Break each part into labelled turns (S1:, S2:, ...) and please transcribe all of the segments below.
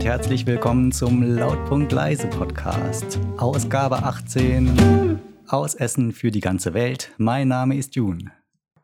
S1: herzlich willkommen zum Lautpunkt Leise Podcast. Ausgabe 18 aus Essen für die ganze Welt. Mein Name ist June.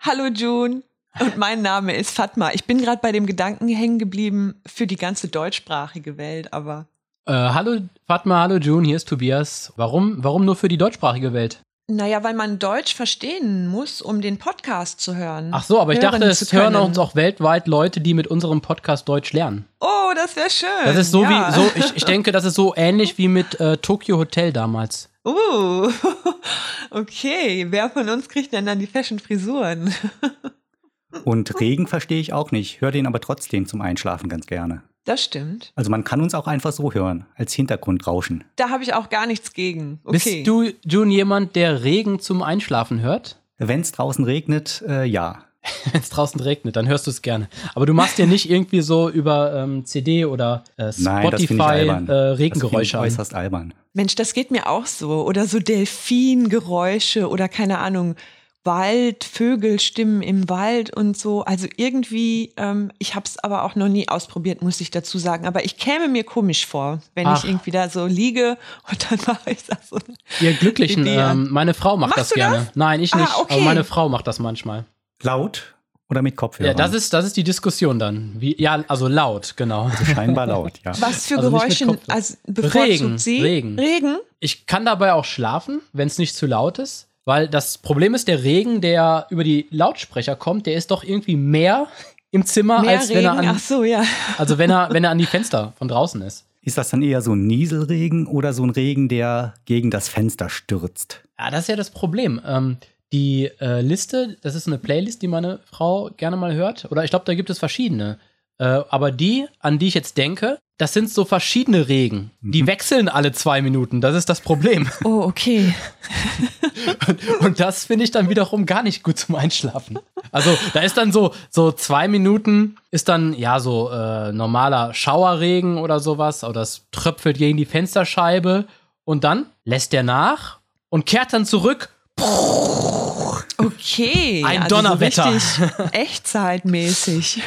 S2: Hallo June und mein Name ist Fatma. Ich bin gerade bei dem Gedanken hängen geblieben für die ganze deutschsprachige Welt, aber
S3: Äh, hallo Fatma, hallo June, hier ist Tobias. Warum, warum nur für die deutschsprachige Welt?
S2: naja, weil man Deutsch verstehen muss, um den Podcast zu hören.
S3: Ach so, aber ich
S2: Hören
S3: dachte, es
S2: zu
S3: hören
S2: können.
S3: uns auch weltweit Leute, die mit unserem Podcast Deutsch lernen.
S2: Oh, das wäre schön.
S3: Das ist so
S2: ja.
S3: wie, so, ich, ich denke, das ist so ähnlich wie mit äh, Tokyo Hotel damals.
S2: Uh, okay. Wer von uns kriegt denn dann die Fashion-Frisuren?
S1: Und Regen verstehe ich auch nicht, höre den aber trotzdem zum Einschlafen ganz gerne.
S2: Das stimmt.
S1: Also man kann uns auch einfach so hören, als Hintergrundrauschen.
S2: Da habe ich auch gar nichts gegen. Okay.
S3: Bist du, June, jemand, der Regen zum Einschlafen hört?
S1: Wenn es draußen regnet, äh, ja.
S3: Wenn es draußen regnet, dann hörst du es gerne. Aber du machst dir nicht irgendwie so über ähm, CD oder äh,
S1: Nein, das finde ich
S3: Spotify
S1: albern.
S3: äh, Regengeräusche
S1: das finde ich
S3: an.
S1: äußerst albern.
S2: Mensch, das geht mir auch so. Oder so Delfingeräusche oder keine Ahnung, Wald, Vögelstimmen im Wald und so. Also irgendwie, ähm, ich habe es aber auch noch nie ausprobiert, muss ich dazu sagen. Aber ich käme mir komisch vor, wenn
S3: Ach.
S2: ich irgendwie da so liege und dann mache ich das so.
S3: Ihr Glücklichen,
S2: Idee an.
S3: ähm, meine Frau macht
S2: Machst
S3: das
S2: du
S3: gerne. Nein, ich
S2: Ah,
S3: nicht.
S2: okay.
S3: Aber meine Frau macht das manchmal.
S1: Laut oder mit Kopfhörern?
S3: Ja, das ist, das ist die Diskussion dann. Wie, ja, also laut, genau.
S1: scheinbar laut, ja.
S2: Was für
S3: Also nicht mit
S2: Geräusche
S3: Kopfhörer.
S2: also bevorzugt
S3: Regen,
S2: sie?
S3: Regen.
S2: Regen?
S3: Ich kann dabei auch schlafen, wenn es nicht zu laut ist, weil das Problem ist, der Regen, der über die Lautsprecher kommt, der ist doch irgendwie mehr im Zimmer,
S2: Mehr
S3: Ah, als wenn
S2: Regen?
S3: er an,
S2: Ach so, ja.
S3: also wenn er, wenn er an die Fenster von draußen ist.
S1: Ist das dann eher so ein Nieselregen oder so ein Regen, der gegen das Fenster stürzt?
S3: Ja, das ist ja das Problem. Ähm, die äh, Liste, das ist eine Playlist, die meine Frau gerne mal hört. Oder ich glaube, da gibt es verschiedene. Äh, aber die, an die ich jetzt denke, das sind so verschiedene Regen. Die wechseln alle zwei Minuten. Das ist das Problem.
S2: Oh, okay.
S3: Und das finde ich dann wiederum gar nicht gut zum Einschlafen. Also da ist dann so, so zwei Minuten ist dann ja so äh, normaler Schauerregen oder sowas oder es tröpfelt gegen die Fensterscheibe und dann lässt der nach und kehrt dann zurück.
S2: Okay.
S3: Ein
S2: also
S3: Donnerwetter.
S2: So richtig echtzeitmäßig.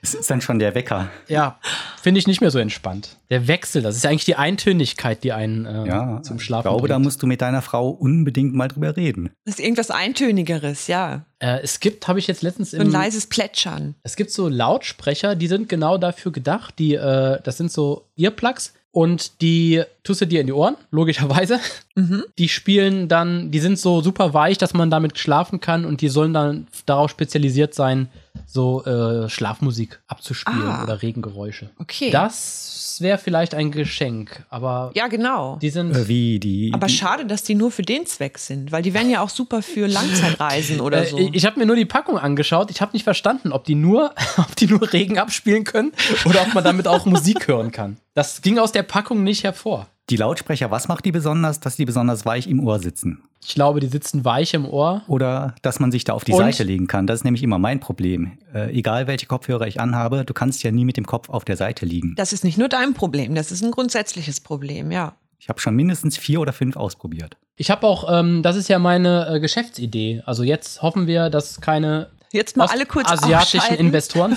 S1: Es ist dann schon der Wecker.
S3: Ja, finde ich nicht mehr so entspannt. Der Wechsel, das ist ja eigentlich die Eintönigkeit, die einen äh,
S1: Ja,
S3: zum
S1: ich
S3: Schlafen
S1: glaube, da
S3: bringt.
S1: musst du mit deiner Frau unbedingt mal drüber reden.
S2: Das ist irgendwas Eintönigeres, ja.
S3: Äh, es gibt, habe ich jetzt letztens
S2: So ein
S3: im,
S2: leises Plätschern.
S3: Es gibt so Lautsprecher, die sind genau dafür gedacht. Die, äh, das sind so Earplugs und die tust du dir in die Ohren, logischerweise.
S2: Mhm.
S3: Die spielen dann, die sind so super weich, dass man damit schlafen kann und die sollen dann darauf spezialisiert sein, so äh, Schlafmusik abzuspielen
S2: Ah.
S3: oder Regengeräusche.
S2: Okay.
S3: Das wäre vielleicht ein Geschenk, aber
S2: Ja, genau.
S3: die sind.
S1: Äh, Wie die.
S2: Aber
S1: die,
S2: schade, dass die nur für den Zweck sind, weil die wären ja auch super für Langzeitreisen oder
S3: Äh,
S2: so.
S3: Ich, ich habe mir nur die Packung angeschaut. Ich habe nicht verstanden, ob die, nur, ob die nur Regen abspielen können oder ob man damit auch Musik hören kann. Das ging aus der Packung nicht hervor.
S1: die Lautsprecher, was macht die besonders, dass die besonders weich im Ohr sitzen?
S3: Ich glaube, die sitzen weich im Ohr.
S1: Oder dass man sich da auf die
S3: Und?
S1: Seite legen kann. Das ist nämlich immer mein Problem. Äh, egal welche Kopfhörer ich anhabe, du kannst ja nie mit dem Kopf auf der Seite liegen.
S2: Das ist nicht nur dein Problem, das ist ein grundsätzliches Problem, ja.
S1: Ich habe schon mindestens vier oder fünf ausprobiert.
S3: Ich habe auch, ähm, das ist ja meine äh, Geschäftsidee. Also jetzt hoffen wir, dass keine
S2: Jetzt mal alle kurz
S3: asiatischen
S2: ausschalten.
S3: Investoren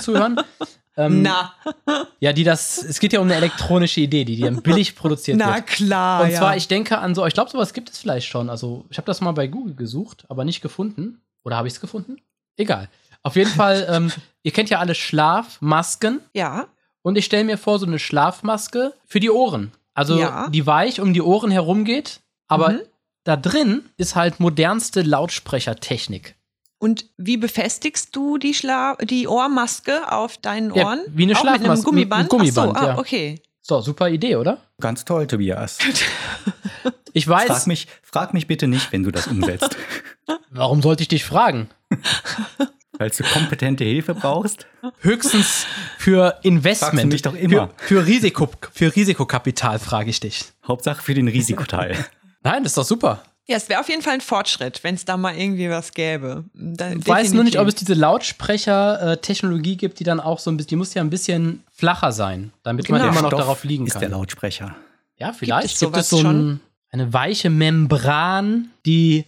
S3: zuhören. ähm,
S2: Na,
S3: Ja, die das, es geht ja um eine elektronische Idee, die, die dann billig produziert
S2: na
S3: wird.
S2: klar.
S1: Ah,
S3: Und
S2: ja.
S3: zwar, ich denke an so, ich glaube, sowas gibt es vielleicht schon. Also, ich habe das mal bei Google gesucht, aber nicht gefunden. Oder habe ich es gefunden? Egal. Auf jeden Fall, ähm, ihr kennt ja alle Schlafmasken.
S2: ja,
S3: Und ich stelle mir vor, so eine Schlafmaske für die Ohren. Also,
S2: Ja.
S3: die weich um die Ohren herumgeht. Aber
S2: Mhm.
S3: da drin ist halt modernste Lautsprechertechnik.
S2: und wie befestigst du die, Schla die Ohrmaske auf deinen
S3: Ja,
S2: Ohren?
S3: wie eine
S2: Auch mit einem
S3: Schlafmaske,
S2: Gummiband?
S3: mit einem Gummiband,
S2: Ach so, ah,
S3: ja.
S2: okay.
S3: So, super Idee, oder?
S1: Ganz toll, Tobias.
S3: Ich
S1: Frag
S3: weiß,
S1: mich, frag mich bitte nicht, wenn du das umsetzt.
S3: warum sollte ich dich fragen?
S1: Falls du kompetente Hilfe brauchst.
S3: Höchstens für Investment.
S1: Fragst du mich doch immer.
S3: Für, für, Risiko, für Risikokapital frage ich dich.
S1: Hauptsache für den Risikoteil.
S3: Nein, das ist doch super.
S2: Ja, es wäre auf jeden Fall ein Fortschritt, wenn es da mal irgendwie was gäbe. Da,
S3: Ich weiß nur nicht, ob es diese Lautsprecher-Technologie gibt, die dann auch so ein bisschen, die muss ja ein bisschen flacher sein, damit man
S2: Genau.
S3: immer
S1: Der
S3: noch
S1: Stoff
S3: darauf liegen
S1: ist der
S3: kann.
S1: Lautsprecher.
S3: Ja, vielleicht
S2: es
S3: gibt es
S2: sowas
S3: so ein, eine weiche Membran, die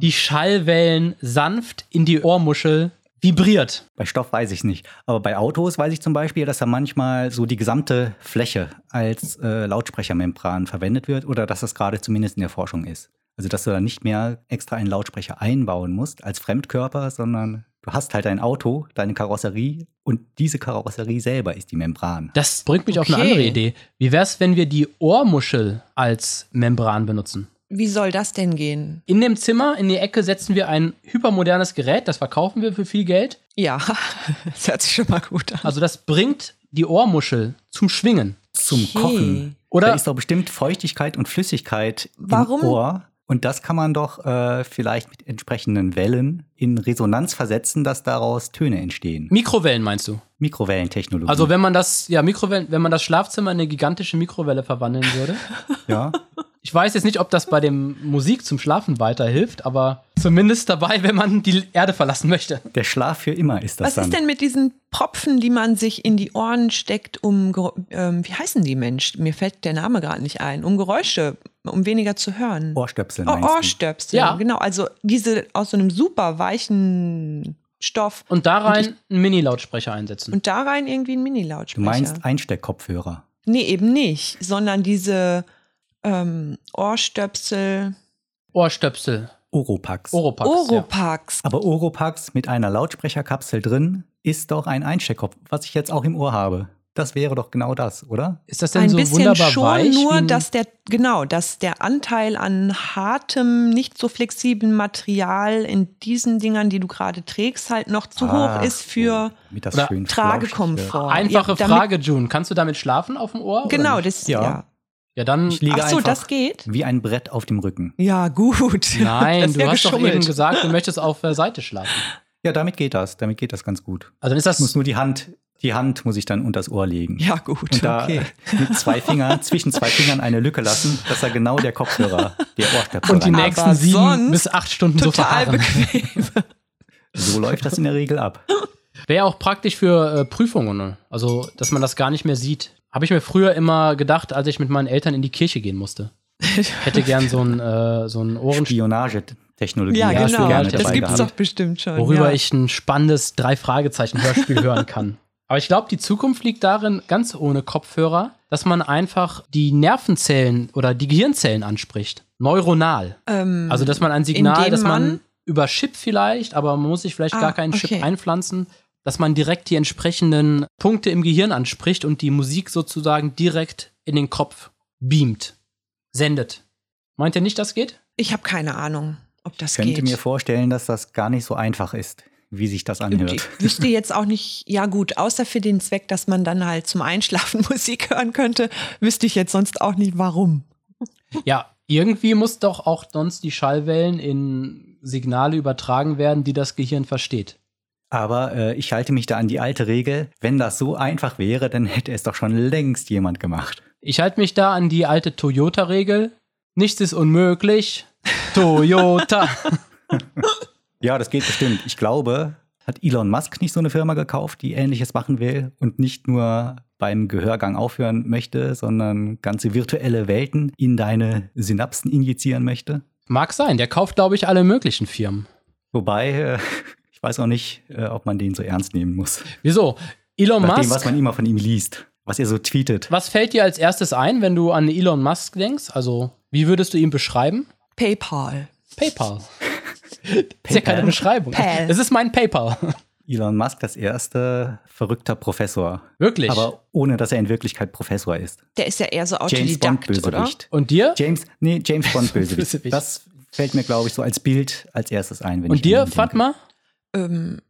S3: die Schallwellen sanft in die Ohrmuschel vibriert.
S1: Bei Stoff weiß ich nicht. Aber bei Autos weiß ich zum Beispiel, dass da manchmal so die gesamte Fläche als äh, Lautsprechermembran verwendet wird oder dass das gerade zumindest in der Forschung ist. Also dass du da nicht mehr extra einen Lautsprecher einbauen musst als Fremdkörper, sondern du hast halt ein Auto, deine Karosserie und diese Karosserie selber ist die Membran.
S3: Das bringt mich auf eine
S2: Okay.
S3: andere Idee. Wie wäre es, wenn wir die Ohrmuschel als Membran benutzen?
S2: Wie soll das denn gehen?
S3: In dem Zimmer, in die Ecke, setzen wir ein hypermodernes Gerät, das verkaufen wir für viel Geld.
S2: Ja, das hört sich schon mal gut an.
S3: Also das bringt die Ohrmuschel zum Schwingen.
S1: Zum
S2: Okay.
S1: Kochen.
S3: Oder-
S1: Da ist doch bestimmt Feuchtigkeit und Flüssigkeit
S2: Warum?
S1: im Ohr. Und das kann man doch äh, vielleicht mit entsprechenden Wellen in Resonanz versetzen, dass daraus Töne entstehen.
S3: Mikrowellen meinst du?
S1: Mikrowellentechnologie.
S2: Mhm.
S3: Also wenn man das, ja, Mikrowellen, wenn man das Schlafzimmer in eine gigantische Mikrowelle verwandeln würde.
S1: ja.
S3: Ich weiß jetzt nicht, ob das bei dem Musik zum Schlafen weiterhilft, aber zumindest dabei, wenn man die Erde verlassen möchte.
S1: Der Schlaf für immer ist das
S2: Was
S1: dann.
S2: ist denn mit diesen Propfen, die man sich in die Ohren steckt, um, Ger- ähm, wie heißen die Mensch? Mir fällt der Name gerade nicht ein, um Geräusche, um weniger zu hören.
S1: Ohrstöpsel
S2: Oh,
S1: meinst du?
S2: Ohrstöpsel,
S3: Ja.
S2: genau. Also diese aus so einem super weichen Stoff
S3: Und da rein einen Mini-Lautsprecher einsetzen.
S2: und da rein irgendwie ein
S1: Du
S2: Mini-Lautsprecher.
S1: meinst Einsteckkopfhörer.
S2: Nee, eben nicht, sondern diese ähm, Ohrstöpsel,
S3: Ohrstöpsel,
S1: Oropax.
S3: Oropax. Ja.
S2: Oropax.
S1: Aber Oropax mit einer Lautsprecherkapsel drin ist doch ein Einsteckkopf, was ich jetzt auch im Ohr habe. Das wäre doch genau das, oder?
S3: Ist das denn
S2: Ein
S3: so
S2: bisschen
S3: wunderbar
S2: schon,
S3: weich? wie
S2: nur
S3: ein-
S2: dass der, genau, dass der Anteil an hartem, nicht so flexiblem Material in diesen Dingern, die du gerade trägst, halt noch zu
S1: Ach
S2: hoch ist für
S1: so, damit das
S3: Oder
S1: schön flauschig wird.
S2: Tragekomfort.
S3: Einfache
S2: Ja, damit-
S3: Frage, June. Kannst du damit schlafen auf dem Ohr? oder
S2: Genau,
S3: nicht?
S2: das,
S1: Ja.
S2: ja.
S3: Ja, dann.
S1: Ich liege
S2: Ach so,
S1: einfach
S2: das geht?
S1: wie ein Brett auf dem Rücken.
S2: Ja, gut.
S3: Nein,
S2: Das wär
S3: du hast doch
S2: geschummelt.
S3: eben gesagt, du möchtest auf der Seite schlafen.
S1: Ja, damit geht das. Damit geht das ganz gut.
S3: Also dann ist
S1: Ich muss
S3: das.
S1: nur die Hand, die Hand muss ich dann unters Ohr legen.
S2: Ja, gut,
S1: Und da
S2: okay.
S1: mit zwei Fingern, zwischen zwei Fingern eine Lücke lassen, dass da genau der Kopfhörer, der Ohrstöpsel
S3: Und die
S1: rein-
S3: nächsten sieben
S2: sonst
S3: bis acht Stunden um so
S2: Total
S3: verharren.
S2: bequem.
S1: So läuft das in der Regel ab.
S3: Wäre auch praktisch für äh, Prüfungen, ne? also dass man das gar nicht mehr sieht. Habe ich mir früher immer gedacht, als ich mit meinen Eltern in die Kirche gehen musste. Ich hätte gern so ein, äh, so ein Ohrenspiel,
S1: Spionagetechnologie.
S2: Ja,
S1: hast du
S2: genau.
S1: gerne
S3: das
S2: Das
S1: dabei
S2: gibt's
S1: gehabt.
S2: doch bestimmt schon.
S3: worüber
S2: ja.
S3: ich ein spannendes Drei-Fragezeichen-Hörspiel hören kann. Aber ich glaube, die Zukunft liegt darin, ganz ohne Kopfhörer, dass man einfach die Nervenzellen oder die Gehirnzellen anspricht. Neuronal.
S2: Ähm,
S3: Also, dass man ein Signal,
S2: Indem
S3: dass man,
S2: man-
S3: über Chip vielleicht, aber man muss sich vielleicht
S2: Ah,
S3: gar keinen Chip
S2: okay.
S3: einpflanzen, dass man direkt die entsprechenden Punkte im Gehirn anspricht und die Musik sozusagen direkt in den Kopf beamt, sendet. Meint ihr nicht, das geht?
S2: ich habe keine Ahnung, ob das
S1: Ich könnte
S2: geht.
S1: mir vorstellen, dass das gar nicht so einfach ist, wie sich das anhört.
S2: Ich wüsste jetzt auch nicht, ja gut, außer für den Zweck, dass man dann halt zum Einschlafen Musik hören könnte, wüsste ich jetzt sonst auch nicht warum.
S3: Ja, irgendwie muss doch auch sonst die Schallwellen in Signale übertragen werden, die das Gehirn versteht.
S1: Aber äh, ich halte mich da an die alte Regel. Wenn das so einfach wäre, dann hätte es doch schon längst jemand gemacht.
S3: Ich halte mich da an die alte Toyota-Regel. Nichts ist unmöglich. Toyota.
S1: Ja, das geht bestimmt. Ich glaube, hat Elon Musk nicht so eine Firma gekauft, die Ähnliches machen will und nicht nur beim Gehörgang aufhören möchte, sondern ganze virtuelle Welten in deine Synapsen injizieren möchte?
S3: Mag sein, der kauft, glaube ich, alle möglichen Firmen.
S1: Wobei, äh, ich weiß auch nicht, äh, ob man den so ernst nehmen muss.
S3: Wieso? Elon
S1: Nach dem,
S3: Musk,
S1: was
S3: was,
S1: man immer von ihm liest, was er so tweetet.
S3: fällt dir als erstes ein, wenn du an Elon Musk denkst? Also, wie würdest du ihn beschreiben?
S2: PayPal.
S3: PayPal. Das ist ja keine Beschreibung.
S2: Pal.
S3: Das ist mein PayPal.
S1: Elon Musk, das erste verrückter Professor.
S3: Wirklich.
S1: Aber ohne, dass er in Wirklichkeit Professor ist.
S2: Der ist ja eher so
S1: James Bond
S2: Autodidakt, oder?
S1: Bösewicht.
S3: Und dir?
S1: James, nee, James Bond Bösewicht.
S3: Bösewicht.
S1: Das fällt mir, glaube ich, so als Bild als erstes ein. Wenn ich
S3: Und
S1: an ihn
S3: dir,
S1: denke.
S3: Fatma?
S2: Ähm,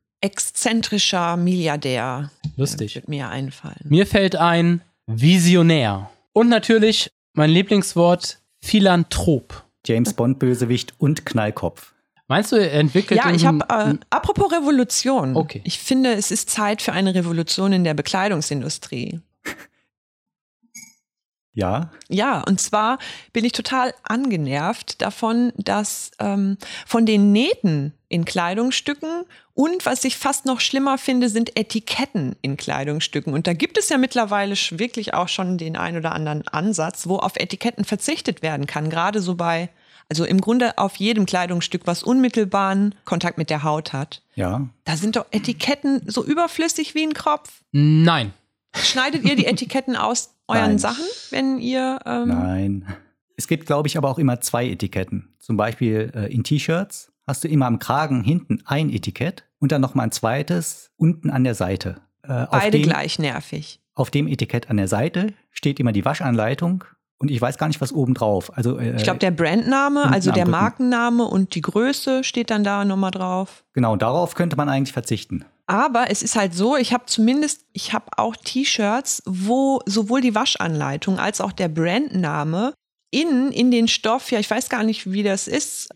S2: exzentrischer Milliardär.
S3: Lustig.
S2: Wird mir einfallen.
S3: Mir fällt ein Visionär. Und natürlich mein Lieblingswort Philanthrop.
S1: James Bond Bösewicht und Knallkopf.
S3: Meinst du, er entwickelt
S2: Ja, ich habe,
S3: irgendeinen-
S2: äh, apropos Revolution.
S3: Okay.
S2: Ich finde, es ist Zeit für eine Revolution in der Bekleidungsindustrie.
S1: Ja,
S2: Ja, und zwar bin ich total angenervt davon, dass ähm, von den Nähten in Kleidungsstücken und was ich fast noch schlimmer finde, sind Etiketten in Kleidungsstücken. Und da gibt es ja mittlerweile sch- wirklich auch schon den ein oder anderen Ansatz, wo auf Etiketten verzichtet werden kann, gerade so bei Also im Grunde auf jedem Kleidungsstück, was unmittelbaren Kontakt mit der Haut hat.
S1: Ja.
S2: Da sind doch Etiketten so überflüssig wie ein Kropf.
S3: Nein.
S2: Schneidet ihr die Etiketten aus euren
S1: Nein.
S2: Sachen, wenn ihr. Ähm,
S1: Nein. Es gibt, glaube ich, aber auch immer zwei Etiketten. Zum Beispiel äh, in T-Shirts hast du immer am Kragen hinten ein Etikett und dann nochmal ein zweites unten an der Seite. Äh, auf,
S2: Beide
S1: dem,
S2: gleich nervig.
S1: auf dem Etikett an der Seite steht immer die Waschanleitung und ich weiß gar nicht, was oben drauf. Also, äh,
S2: Ich glaube, der Brandname,
S1: Unten
S2: also
S1: am
S2: der
S1: Rücken.
S2: Markenname und die Größe steht dann da nochmal drauf.
S1: genau, darauf könnte man eigentlich verzichten.
S2: Aber es ist halt so, ich habe zumindest, ich habe auch T-Shirts, wo sowohl die Waschanleitung als auch der Brandname innen in den Stoff, ja, ich weiß gar nicht, wie das ist,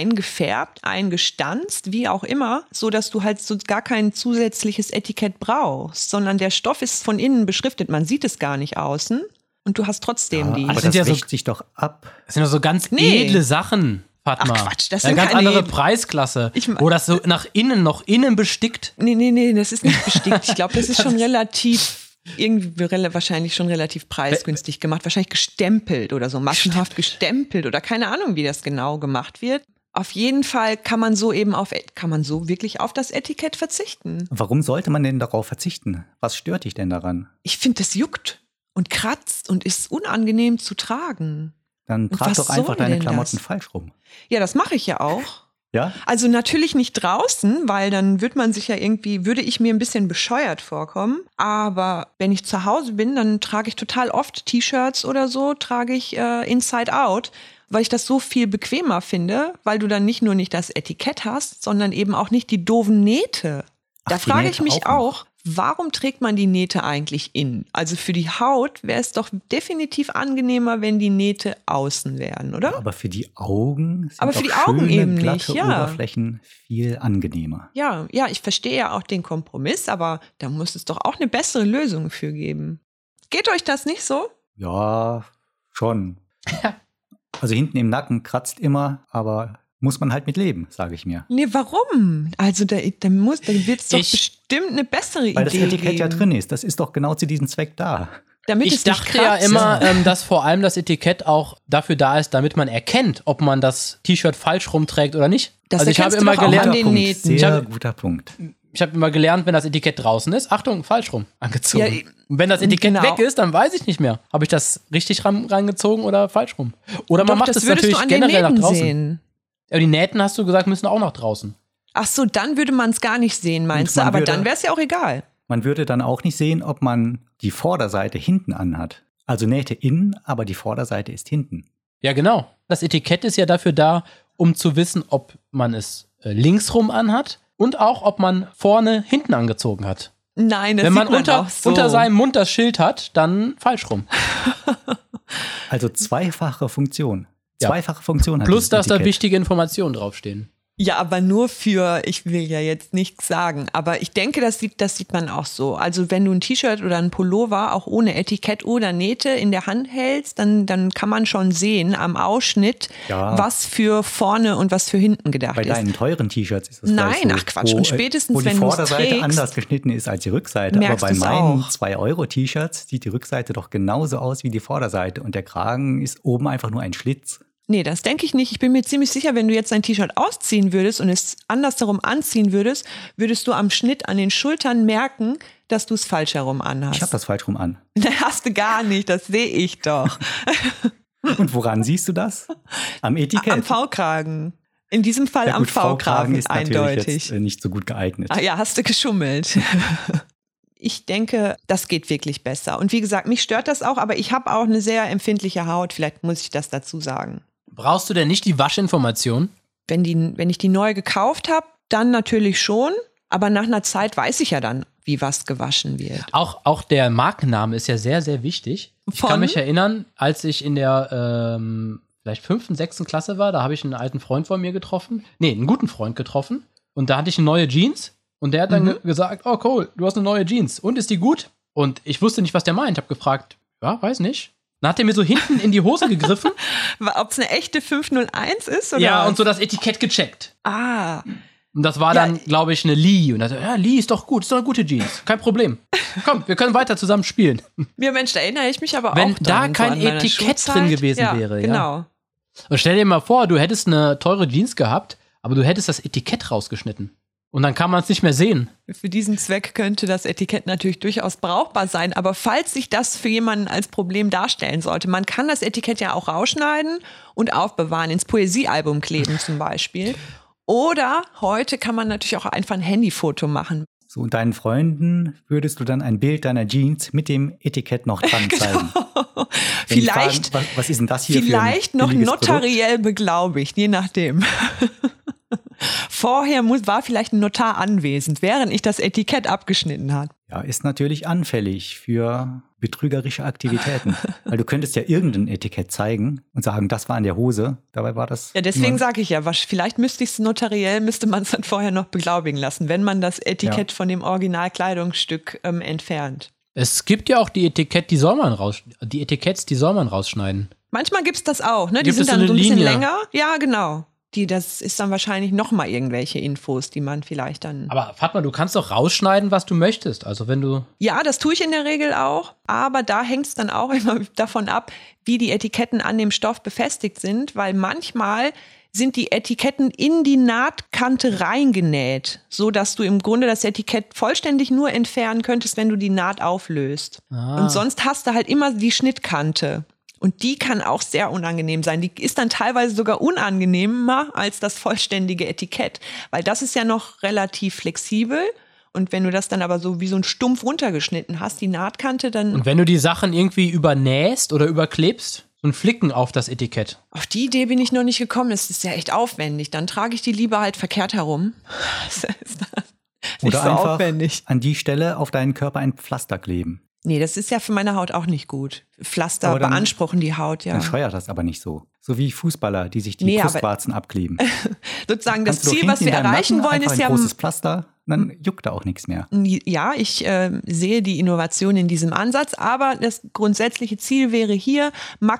S2: eingefärbt, eingestanzt, wie auch immer, so dass du halt so gar kein zusätzliches Etikett brauchst, sondern der Stoff ist von innen beschriftet, man sieht es gar nicht außen und du hast trotzdem
S1: Ja,
S2: die.
S1: aber das,
S3: Das sind ja so-
S1: wäscht sich doch ab.
S3: Das sind doch so ganz
S2: Nee.
S3: edle Sachen, Fatma.
S2: Ach, Quatsch, das
S3: Eine
S2: sind
S3: ganz
S2: keine
S3: andere
S2: edlen-
S3: Preisklasse,
S2: Ich mein-
S3: wo das so nach innen noch innen bestickt.
S2: Nee, nee, nee, das ist nicht bestickt. Ich glaube, das ist schon relativ, irgendwie rela wahrscheinlich schon relativ preisgünstig gemacht. Wahrscheinlich gestempelt oder so, massenhaft gestempelt oder keine Ahnung, wie das genau gemacht wird. Auf jeden Fall kann man so eben auf, kann man so wirklich auf das Etikett verzichten.
S1: Warum sollte man denn darauf verzichten? Was stört dich denn daran?
S2: Ich finde, das juckt und kratzt und ist unangenehm zu tragen.
S1: Dann
S2: Und
S1: trag
S2: was
S1: doch einfach
S2: soll
S1: deine
S2: denn
S1: Klamotten
S2: das?
S1: falsch rum.
S2: Ja, das mache ich ja auch.
S1: Ja?
S2: Also natürlich nicht draußen, weil dann wird man sich ja irgendwie, würde ich mir ein bisschen bescheuert vorkommen. Aber wenn ich zu Hause bin, dann trage ich total oft T-Shirts oder so, trage ich äh, Inside Out, weil ich das so viel bequemer finde, weil du dann nicht nur nicht das Etikett hast, sondern eben auch nicht die doofen Nähte.
S1: Ach,
S2: Da
S1: die
S2: frage ich
S1: Nähte
S2: mich
S1: auch noch.
S2: auch, warum trägt man die Nähte eigentlich innen? Also für die Haut wäre es doch definitiv angenehmer, wenn die Nähte außen wären, oder?
S1: Aber für die Augen sind
S2: Ne? Aber für
S1: auch
S2: die Augen
S1: schöne,
S2: eben
S1: glatte
S2: nicht, ja.
S1: Oberflächen viel angenehmer.
S2: Ja, ja, ich verstehe ja auch den Kompromiss, aber da muss es doch auch eine bessere Lösung für geben. Geht euch das nicht so?
S1: Ja, schon. also hinten im Nacken kratzt immer, aber muss man halt mit leben, sage ich mir.
S2: Nee, warum? Also da, da muss, da wird es doch
S3: Ich-
S2: bestimmt eine bessere
S1: Weil das
S2: Idee
S1: Etikett
S2: geben.
S1: ja drin ist. Das ist doch genau zu diesem Zweck da.
S2: Damit
S3: Ich
S2: es nicht
S3: dachte ja
S2: kratzt.
S3: immer, ähm, dass vor allem das Etikett auch dafür da ist, damit man erkennt, ob man das T-Shirt falsch rumträgt oder nicht.
S2: Das
S3: also ich habe
S2: erkennst du
S3: immer
S2: doch auch an
S3: gelernt,
S2: den
S1: Punkt,
S2: Nähten.
S1: Sehr
S3: Ich hab-
S1: guter Punkt.
S3: ich habe immer gelernt, wenn das Etikett draußen ist, Achtung, falsch rum angezogen.
S2: Ja, ich-
S3: und wenn das Etikett
S2: genau.
S3: weg ist, dann weiß ich nicht mehr, habe ich das richtig ran, rangezogen oder falsch rum. Oder man
S2: doch,
S3: macht
S2: das
S3: es
S2: würdest
S3: natürlich
S2: du an den
S3: generell nach
S2: Nähten
S3: draußen.
S2: sehen.
S3: Aber die Nähten hast du gesagt, müssen auch nach draußen.
S2: Ach so, dann würde man es gar nicht sehen, meinst du?
S1: man
S2: Aber
S1: würde-
S2: dann wäre es ja auch egal.
S1: Man würde dann auch nicht sehen, ob man die Vorderseite hinten anhat. Also Nähte innen, aber die Vorderseite ist hinten.
S3: Ja, genau. Das Etikett ist ja dafür da, um zu wissen, ob man es äh, linksrum anhat und auch, ob man vorne hinten angezogen hat.
S2: Nein, das
S3: Wenn man,
S2: sieht man
S3: unter,
S2: doch so.
S3: unter seinem Mund das Schild hat, dann falsch rum.
S1: Also zweifache Funktion.
S3: Ja.
S1: Zweifache Funktion hat
S3: Plus, dass
S1: dieses
S3: da
S1: Etikett.
S3: wichtige Informationen draufstehen.
S2: Ja, aber nur für, ich will ja jetzt nichts sagen, aber ich denke, das sieht, das sieht man auch so. Also wenn du ein T-Shirt oder ein Pullover auch ohne Etikett oder Nähte in der Hand hältst, dann, dann kann man schon sehen am Ausschnitt,
S1: Ja.
S2: was für vorne und was für hinten gedacht
S1: Bei
S2: ist.
S1: deinen teuren T-Shirts ist das
S2: Nein,
S1: gleich so,
S2: ach Quatsch. Und
S1: äh,
S2: spätestens,
S1: wo die
S2: wenn du's
S1: Vorderseite
S2: trägst,
S1: anders geschnitten ist als die Rückseite. Aber
S2: merkst
S1: bei
S2: du's
S1: meinen
S2: auch.
S1: 2-Euro-T-Shirts sieht die Rückseite doch genauso aus wie die Vorderseite. Und der Kragen ist oben einfach nur ein Schlitz.
S2: Nee, das denke ich nicht. Ich bin mir ziemlich sicher, wenn du jetzt dein T-Shirt ausziehen würdest und es andersherum anziehen würdest, würdest du am Schnitt an den Schultern merken, dass du es falsch herum
S1: Ich habe
S2: anhast.
S1: das falsch rum an.
S2: Na, hast du gar nicht, das sehe ich doch.
S1: Und woran siehst du das? Am Etikett.
S2: Ah, Am V-Kragen. In diesem Fall
S1: Ja
S2: am
S1: gut, V-Kragen
S2: V-Kragen
S1: ist natürlich
S2: eindeutig.
S1: Jetzt, äh, nicht so gut geeignet.
S2: Ah ja, hast du geschummelt. Ich denke, das geht wirklich besser. Und wie gesagt, mich stört das auch, aber ich habe auch eine sehr empfindliche Haut. Vielleicht muss ich das dazu sagen.
S3: Brauchst du denn nicht die Waschinformation?
S2: Wenn, die, wenn ich die neu gekauft habe, dann natürlich schon. Aber nach einer Zeit weiß ich ja dann, wie was gewaschen wird.
S3: Auch, auch der Markenname ist ja sehr, sehr wichtig. Ich
S2: Von?
S3: kann mich erinnern, als ich in der ähm, vielleicht fünften, sechsten Klasse war, da habe ich einen alten Freund von mir getroffen. Nee, einen guten Freund getroffen. Und da hatte ich neue Jeans. Und der hat dann
S2: Mhm.
S3: ge gesagt, oh Cole, du hast eine neue Jeans. Und ist die gut? Und ich wusste nicht, was der meint. Hab gefragt, ja, weiß nicht. Dann hat er mir so hinten in die Hose gegriffen.
S2: Ob es eine echte 501 ist oder
S3: ja, und so
S2: was?
S3: das Etikett gecheckt.
S2: Ah,
S3: Und das war
S2: Ja.
S3: dann, glaube ich, eine Lee. Und er so, ja, Lee ist doch gut, ist doch eine gute Jeans. Kein Problem. Komm, wir können weiter zusammen spielen.
S2: Ja, Mensch, da erinnere ich mich aber
S3: Wenn
S2: auch.
S3: da
S2: dran,
S3: kein
S2: an meiner
S3: Etikett
S2: Schulzeit.
S3: drin gewesen wäre, ja.
S2: Genau.
S3: Und stell dir mal vor, du hättest eine teure Jeans gehabt, aber du hättest das Etikett rausgeschnitten. Und dann kann man es nicht mehr sehen.
S2: Für diesen Zweck könnte das Etikett natürlich durchaus brauchbar sein, aber falls sich das für jemanden als Problem darstellen sollte, man kann das Etikett ja auch rausschneiden und aufbewahren, ins Poesiealbum kleben zum Beispiel. Oder heute kann man natürlich auch einfach ein Handyfoto machen.
S1: So, und deinen Freunden würdest du dann ein Bild deiner Jeans mit dem Etikett noch dran zeigen. Wenn die
S2: Genau. Vielleicht-
S1: fragen, was, was ist denn das hier
S2: Vielleicht
S1: für ein
S2: noch
S1: billiges Produkt?
S2: notariell beglaubigt, je nachdem. Vorher muss, war vielleicht ein Notar anwesend, während ich das Etikett abgeschnitten habe.
S1: Ja, ist natürlich anfällig für betrügerische Aktivitäten. Weil du könntest ja irgendein Etikett zeigen und sagen, das war an der Hose. Dabei war das.
S2: Ja, deswegen
S1: nur-
S2: sage ich ja, wasch- vielleicht müsste ich es notariell, müsste man es dann vorher noch beglaubigen lassen, wenn man das Etikett von dem Originalkleidungsstück ähm, entfernt.
S3: Es gibt ja auch die Etikett, die soll man raus, die Etiketts, die soll man rausschneiden.
S2: Manchmal gibt es das auch, ne? Die
S3: Gibt
S2: sind
S3: es so
S2: dann
S3: eine
S2: so ein bisschen
S3: Linie?
S2: länger. Ja, genau. Die, das ist dann wahrscheinlich nochmal irgendwelche Infos, die man vielleicht dann.
S3: Aber Fatma, du kannst doch rausschneiden, was du möchtest. Also wenn du.
S2: Ja, das tue ich in der Regel auch, aber da hängt es dann auch immer davon ab, wie die Etiketten an dem Stoff befestigt sind, weil manchmal sind die Etiketten in die Nahtkante reingenäht, so dass du im Grunde das Etikett vollständig nur entfernen könntest, wenn du die Naht auflöst.
S3: Ah.
S2: Und sonst hast du halt immer die Schnittkante. Und die kann auch sehr unangenehm sein. Die ist dann teilweise sogar unangenehmer als das vollständige Etikett, weil das ist ja noch relativ flexibel. Und wenn du das dann aber so wie so ein Stumpf runtergeschnitten hast, die Nahtkante, dann
S1: Mhm.
S3: Und wenn du die Sachen irgendwie übernähst oder überklebst, so ein Flicken auf das Etikett.
S2: auf die Idee bin ich noch nicht gekommen. Das ist ja echt aufwendig. Dann trage ich die lieber halt verkehrt herum. Das ist dann nicht
S1: Oder
S2: so
S1: einfach
S2: aufwendig.
S1: an die Stelle auf deinen Körper ein Pflaster kleben.
S2: Nee, das ist ja für meine Haut auch nicht gut. Pflaster
S1: Aber dann-
S2: beanspruchen die Haut, ja.
S1: Dann scheuert das aber nicht so. So wie Fußballer, die sich die
S2: Nee, aber-
S1: Brustwarzen abkleben.
S2: Sozusagen das
S1: Kannst du doch
S2: Ziel,
S1: hinten
S2: was
S1: in
S2: wir
S1: deinem
S2: erreichen
S1: Nacken
S2: wollen,
S1: einfach
S2: ist ja
S1: ein großes Pflaster, dann juckt da auch nichts mehr.
S2: Ja, ich äh, sehe die Innovation in diesem Ansatz, aber das grundsätzliche Ziel wäre hier,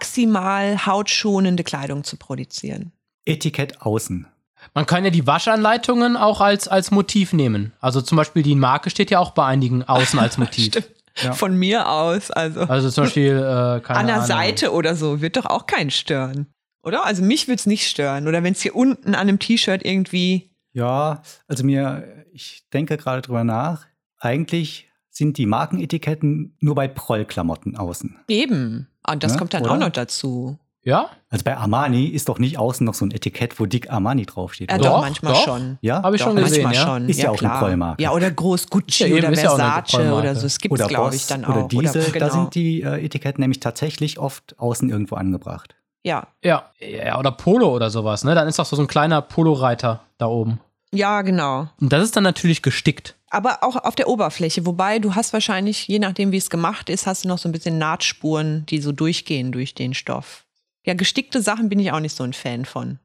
S2: maximal hautschonende Kleidung zu produzieren.
S1: Etikett außen.
S3: Man kann ja die Waschanleitungen auch als, als Motiv nehmen. Also zum Beispiel die Marke steht ja auch bei einigen außen als Motiv.
S1: Ja.
S2: Von mir aus, also
S3: Also zum Beispiel, äh, keine
S2: an der
S3: Ahnung.
S2: Seite oder so, wird doch auch keinen stören. Oder? Also mich wird's nicht stören. Oder wenn's hier unten an einem T-Shirt irgendwie.
S1: Ja, also mir, ich denke gerade drüber nach. Eigentlich sind die Markenetiketten nur bei Prollklamotten außen.
S2: Eben. Und das
S1: Ja,
S2: kommt dann
S1: oder?
S2: auch noch dazu.
S3: Ja?
S1: Also bei Armani ist doch nicht außen noch so ein Etikett, wo dick Armani draufsteht.
S2: Ja,
S1: oder?
S2: Äh, doch,
S3: Doch,
S2: manchmal
S3: doch.
S2: schon.
S1: Ja?
S3: Hab ich schon gesehen,
S2: manchmal
S3: ja.
S2: schon.
S1: Ist ja auch eine
S2: klar.
S1: Prollmarke.
S2: Ja, oder groß Gucci
S3: Ja, eben,
S2: oder
S3: ist ja auch eine
S2: Versace
S3: Prollmarke.
S2: oder so. Es gibt's,
S1: Oder
S2: glaube
S1: Boss
S2: ich, dann auch.
S1: oder diese,
S2: genau.
S1: da sind die äh, Etiketten nämlich tatsächlich oft außen irgendwo angebracht.
S2: Ja,
S3: Ja. ja. Oder Polo oder sowas, ne? Dann ist doch so ein kleiner Poloreiter da oben.
S2: ja, genau.
S3: Und das ist dann natürlich gestickt.
S2: Aber auch auf der Oberfläche, wobei du hast wahrscheinlich, je nachdem wie es gemacht ist, hast du noch so ein bisschen Nahtspuren, die so durchgehen durch den Stoff. Ja, gestickte Sachen bin ich auch nicht so ein Fan von.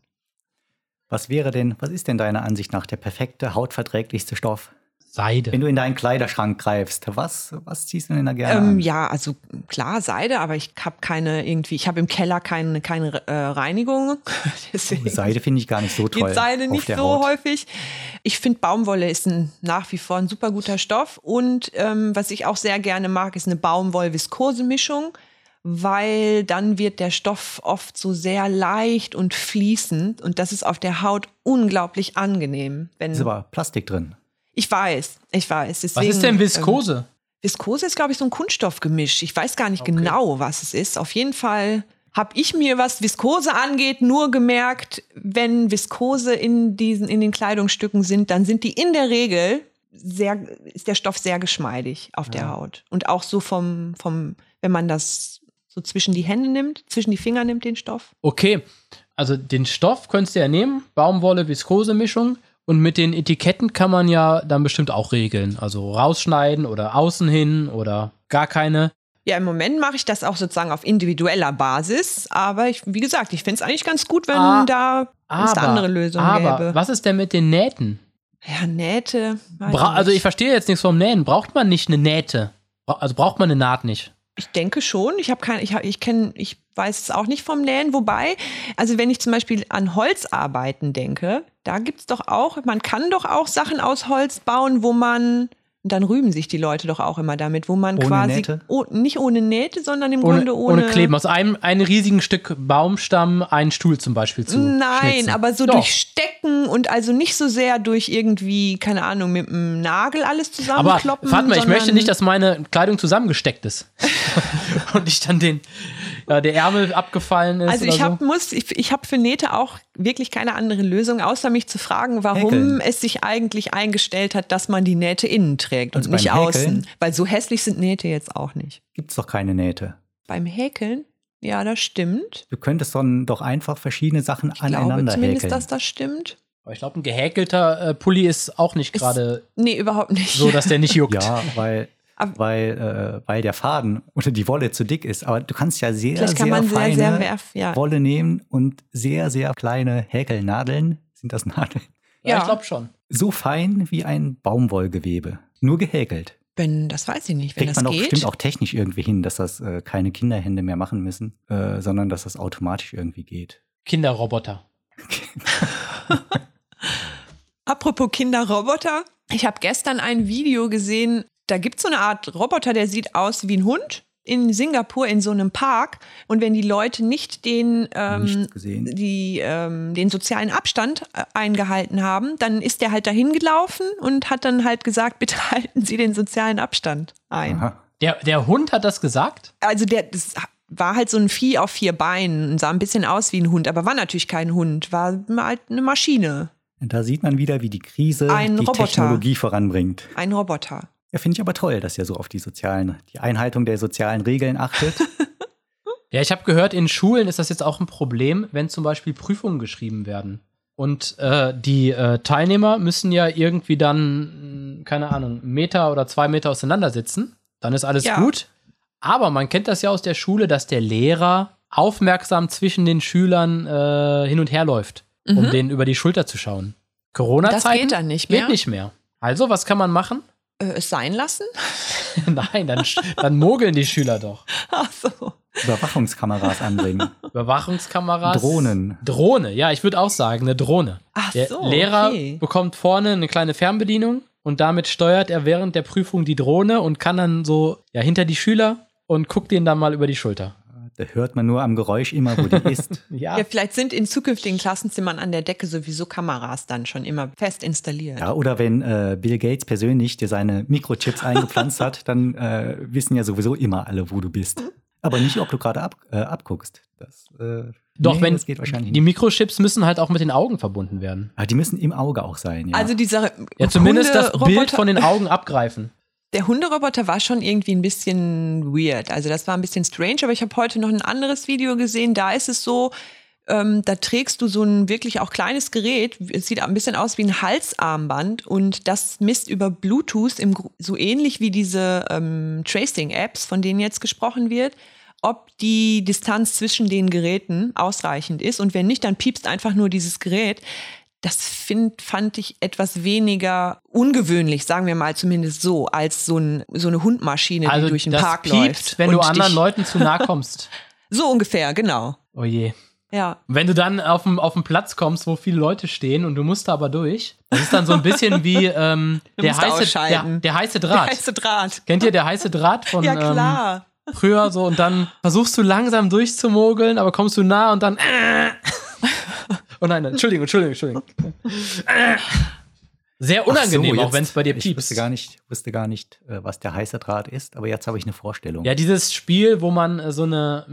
S1: Was wäre denn, was ist denn deiner Ansicht nach der perfekte, hautverträglichste Stoff?
S3: Seide.
S1: Wenn du in deinen Kleiderschrank greifst, was, was ziehst du denn da gerne
S2: Ähm,
S1: an?
S2: ja, also klar, Seide, aber ich habe keine irgendwie, ich habe im Keller keine, keine äh, Reinigung. Deswegen
S1: Oh, Seide finde ich gar nicht so toll.
S2: geht Seide
S1: auf
S2: nicht
S1: der
S2: so
S1: Haut.
S2: häufig. Ich finde Baumwolle ist ein, nach wie vor ein super guter Stoff und ähm, was ich auch sehr gerne mag, ist eine Baumwoll-Viskose-Mischung, weil dann wird der Stoff oft so sehr leicht und fließend und das ist auf der Haut unglaublich angenehm. Wenn
S1: Ist aber Plastik drin.
S2: ich weiß, ich weiß.
S3: Was
S2: Deswegen,
S3: ist denn
S2: ähm,
S3: Viskose?
S2: Viskose ist, glaube ich, so ein Kunststoffgemisch. Ich weiß gar nicht genau, was es ist. Auf jeden Fall habe ich mir, was Viskose angeht, nur gemerkt, wenn Viskose in diesen, in den Kleidungsstücken sind, dann sind die in der Regel sehr, ist der Stoff sehr geschmeidig auf der Haut. Und auch so vom, vom, wenn man das so zwischen die Hände nimmt, zwischen die Finger nimmt, den Stoff.
S3: Okay, also den Stoff könntest du ja nehmen, Baumwolle, Viskose-Mischung und mit den Etiketten kann man ja dann bestimmt auch regeln. Also rausschneiden oder außen hin oder gar keine.
S2: Ja, im Moment mache ich das auch sozusagen auf individueller Basis. Aber ich, wie gesagt, ich finde es eigentlich ganz gut, wenn
S3: Ah,
S2: da, wenn's da andere Lösungen
S3: aber
S2: gäbe.
S3: was ist denn mit den Nähten?
S2: Ja, Nähte. weiß
S3: Bra also ich
S2: nicht.
S3: verstehe jetzt nichts vom Nähen. Braucht man nicht eine Nähte? Bra also braucht man eine Naht nicht?
S2: ich denke schon. Ich habe kein, ich, hab- ich kenne, ich weiß es auch nicht vom Nähen. Wobei, also wenn ich zum Beispiel an Holzarbeiten denke, da gibt's doch auch, man kann doch auch Sachen aus Holz bauen, wo man Und dann rühmen sich die Leute doch auch immer damit, wo man
S1: Ohne
S2: quasi
S1: Nähte?
S2: Oh, nicht ohne Nähte, sondern im
S3: Ohne,
S2: Grunde ohne,
S3: ohne Kleben. Aus einem, einem riesigen Stück Baumstamm einen Stuhl zum Beispiel zu
S2: Nein,
S3: schnitzen.
S2: aber so
S3: Doch.
S2: durch Stecken und also nicht so sehr durch irgendwie, keine Ahnung, mit einem Nagel alles
S3: Aber
S2: zusammenkloppen.
S3: Fatma, ich
S2: sondern-
S3: möchte nicht, dass meine Kleidung zusammengesteckt ist. und ich dann den, ja, der Ärmel abgefallen ist.
S2: Also ich
S3: oder
S2: habe muss, ich, ich habe für Nähte auch wirklich keine andere Lösung, außer mich zu fragen, warum
S1: Häkeln.
S2: es sich eigentlich eingestellt hat, dass man die Nähte innen trägt
S1: Also
S2: und nicht
S1: beim Häkeln?
S2: außen. Weil so hässlich sind Nähte jetzt auch nicht.
S1: Gibt's doch keine Nähte.
S2: Beim Häkeln, ja, das stimmt.
S1: Du könntest dann doch einfach verschiedene Sachen
S2: Ich glaube
S1: aneinander
S2: zumindest,
S1: häkeln.
S2: dass das stimmt.
S3: so. Aber ich glaube, ein gehäkelter äh, Pulli ist auch nicht
S2: Ist-
S3: gerade
S2: Nee, überhaupt nicht.
S3: so, dass der nicht juckt.
S1: ja, weil,
S2: Aber-
S1: weil, äh, weil der Faden oder die Wolle zu dick ist. Aber du kannst ja sehr,
S2: Vielleicht kann
S1: sehr
S2: man sehr,
S1: feine
S2: sehr werf, ja.
S1: Wolle nehmen und sehr, sehr kleine Häkelnadeln. Sind das Nadeln?
S3: Ja,
S2: Ja.
S3: ich glaube schon.
S1: So fein wie ein Baumwollgewebe. Nur gehäkelt.
S2: Wenn, das weiß ich nicht, wenn
S1: Kriegt
S2: das
S1: man doch
S2: geht.
S1: bestimmt auch technisch irgendwie hin, dass das äh, keine Kinderhände mehr machen müssen, äh, sondern dass das automatisch irgendwie geht.
S3: Kinderroboter.
S2: Apropos Kinderroboter, ich habe gestern ein Video gesehen, da gibt es so eine Art Roboter, der sieht aus wie ein Hund in Singapur in so einem Park. Und wenn die Leute nicht den, ähm,
S1: Nichts gesehen.
S2: die, ähm, den sozialen Abstand äh, eingehalten haben, dann ist der halt dahin gelaufen und hat dann halt gesagt, bitte halten Sie den sozialen Abstand ein.
S1: Aha.
S3: Der, der Hund hat das gesagt?
S2: Also der das war halt so ein Vieh auf vier Beinen und sah ein bisschen aus wie ein Hund, aber war natürlich kein Hund, war halt eine Maschine,
S1: Und da sieht man wieder, wie die Krise
S2: Ein
S1: die
S2: Roboter.
S1: Technologie voranbringt.
S2: ein Roboter.
S1: Ja, finde ich aber toll, dass ihr so auf die sozialen, die Einhaltung der sozialen Regeln achtet.
S3: Ja, ich habe gehört, in Schulen ist das jetzt auch ein Problem, wenn zum Beispiel Prüfungen geschrieben werden. Und äh, die äh, Teilnehmer müssen ja irgendwie dann, mh, keine Ahnung, einen Meter oder zwei Meter auseinandersitzen. Dann ist alles
S2: Ja.
S3: gut. Aber man kennt das ja aus der Schule, dass der Lehrer aufmerksam zwischen den Schülern äh, hin und her läuft, um
S2: Mhm.
S3: denen über die Schulter zu schauen.
S2: Das
S3: Corona-Zeiten
S2: geht dann nicht mehr.
S3: geht nicht mehr. Also, was kann man machen?
S2: Äh, es sein lassen?
S3: Nein, dann, sch- dann mogeln die Schüler doch.
S2: Ach so.
S1: Überwachungskameras anbringen.
S3: Überwachungskameras.
S1: Drohnen.
S3: Drohne, ja, ich würde auch sagen, eine Drohne.
S2: Ach
S3: Der
S2: so,
S3: Lehrer
S2: okay.
S3: bekommt vorne eine kleine Fernbedienung und damit steuert er während der Prüfung die Drohne und kann dann so ja, hinter die Schüler und guckt denen dann mal über die Schulter.
S1: Da hört man nur am Geräusch immer, wo die ist.
S3: Ja,
S2: Ja, vielleicht sind in zukünftigen Klassenzimmern an der Decke sowieso Kameras dann schon immer fest installiert.
S1: Ja, oder wenn äh, Bill Gates persönlich dir seine Mikrochips eingepflanzt hat, dann äh, wissen ja sowieso immer alle, wo du bist. Aber nicht, ob du gerade ab, äh, abguckst. Das, äh,
S3: doch,
S1: nee,
S3: wenn
S1: das geht wahrscheinlich
S3: die
S1: nicht.
S3: Mikrochips müssen halt auch mit den Augen verbunden werden.
S1: Ah, die müssen im Auge auch sein, ja.
S2: Also dieser
S3: Ja, zumindest das Bild
S2: Hunderoboter-
S3: von den Augen abgreifen.
S2: Der Hunderoboter war schon irgendwie ein bisschen weird. Also das war ein bisschen strange, aber ich habe heute noch ein anderes Video gesehen. Da ist es so, ähm, da trägst du so ein wirklich auch kleines Gerät. Es sieht ein bisschen aus wie ein Halsarmband und das misst über Bluetooth im, Gru- so ähnlich wie diese ähm, Tracing-Apps, von denen jetzt gesprochen wird, ob die Distanz zwischen den Geräten ausreichend ist. Und wenn nicht, dann piepst einfach nur dieses Gerät. Das find, fand ich etwas weniger ungewöhnlich, sagen wir mal zumindest so, als so, ein, so eine Hundmaschine,
S3: Also
S2: die durch den
S3: das
S2: Park
S3: piept,
S2: läuft.
S3: wenn du
S2: und
S3: anderen
S2: dich-
S3: Leuten zu nahe kommst.
S2: So ungefähr, genau.
S3: Oh je.
S2: Ja.
S3: Wenn du dann auf dem auf den Platz kommst, wo viele Leute stehen und du musst da aber durch, das ist dann so ein bisschen wie ähm,
S2: Du
S3: der,
S2: musst
S3: heiße, der,
S2: ausschalten.
S3: der heiße
S2: Der
S3: Draht.
S2: heiße Draht.
S3: Kennt ihr der heiße Draht von
S2: Ja, klar.
S3: Ähm, früher so und dann versuchst du langsam durchzumogeln, aber kommst du nah und dann äh. Oh nein, nein, Entschuldigung, Entschuldigung, Entschuldigung. Äh. Sehr
S1: Ach so,
S3: unangenehm, auch
S1: jetzt-
S3: wenn es bei dir
S1: Ich wusste
S3: piepst.
S1: gar nicht, wusste gar nicht äh, was der heiße Draht ist, aber jetzt habe ich eine Vorstellung.
S3: Ja, dieses Spiel, wo man äh, so eine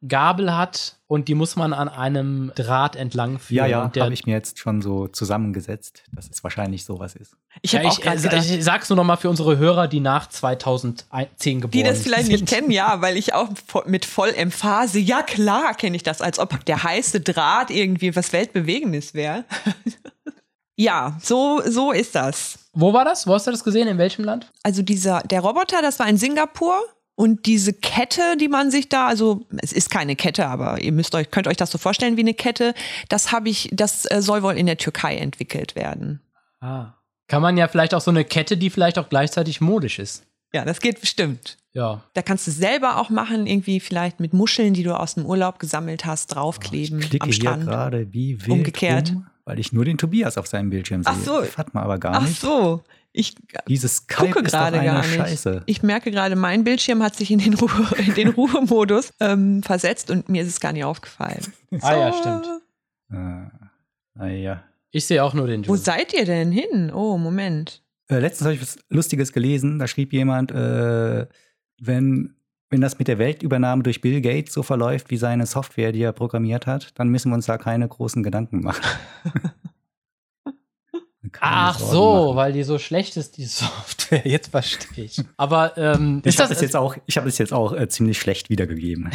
S3: Metallgabel hat und die muss man an einem Draht entlang führen.
S1: ja, ja
S3: und der,
S1: habe ich mir jetzt schon so zusammengesetzt, dass es wahrscheinlich sowas ist.
S2: Ich
S3: Ja,
S2: habe auch
S3: ich, äh,
S2: gerade
S3: ich,
S2: gedacht,
S3: ich sag's nur noch mal für unsere Hörer, die nach 2010 geboren
S2: die das vielleicht
S3: sind.
S2: nicht kennen, ja, weil ich auch vo- mit voll Emphase, ja klar kenne ich das, als ob der heiße Draht irgendwie was Weltbewegendes wäre. ja, so, so ist das.
S3: Wo war das? Wo hast du das gesehen? In welchem Land?
S2: Also dieser, der Roboter, das war in Singapur. Und diese Kette, die man sich da, also es ist keine Kette, aber ihr müsst euch, könnt euch das so vorstellen wie eine Kette, das habe ich, das äh, soll wohl in der Türkei entwickelt werden.
S3: Ah. Kann man ja vielleicht auch so eine Kette, die vielleicht auch gleichzeitig modisch ist.
S2: Ja, das geht bestimmt.
S3: Ja.
S2: Da kannst du es selber auch machen, irgendwie vielleicht mit Muscheln, die du aus dem Urlaub gesammelt
S1: Oh,
S2: hast,
S1: Ich
S2: draufkleben
S1: klicke
S2: am
S1: hier
S2: Strand.
S1: gerade wie wild
S2: Umgekehrt.
S1: rum. weil ich nur den Tobias auf seinem Bildschirm sehe.
S2: Ach so.
S1: Das hat man aber gar
S2: Ach
S1: nicht.
S2: so, ich
S1: Dieses Skype
S2: gucke
S1: ist doch eine
S2: gerade gar nicht.
S1: Scheiße.
S2: Ich merke gerade, mein Bildschirm hat sich in den, Ruhe, in den Ruhemodus ähm, versetzt und mir ist es gar nicht aufgefallen. Oh.
S3: Ah ja,
S2: So,
S3: stimmt.
S1: Äh, naja.
S3: Ich sehe auch nur den
S2: Wo
S3: Jules.
S2: seid ihr denn hin? Oh, Moment.
S1: Äh, letztens habe ich was Lustiges gelesen. Da schrieb jemand, äh, wenn, wenn das mit der Weltübernahme durch Bill Gates so verläuft wie seine Software, die er programmiert hat, dann müssen wir uns da keine großen Gedanken machen. Keine
S3: Ach
S1: Sorgen
S3: so,
S1: machen.
S3: weil die so schlecht ist, die Software. Jetzt verstehe ich. Aber ähm,
S1: Ich
S3: ist
S1: habe
S3: das
S1: es jetzt auch, ich hab es jetzt auch äh, ziemlich schlecht wiedergegeben.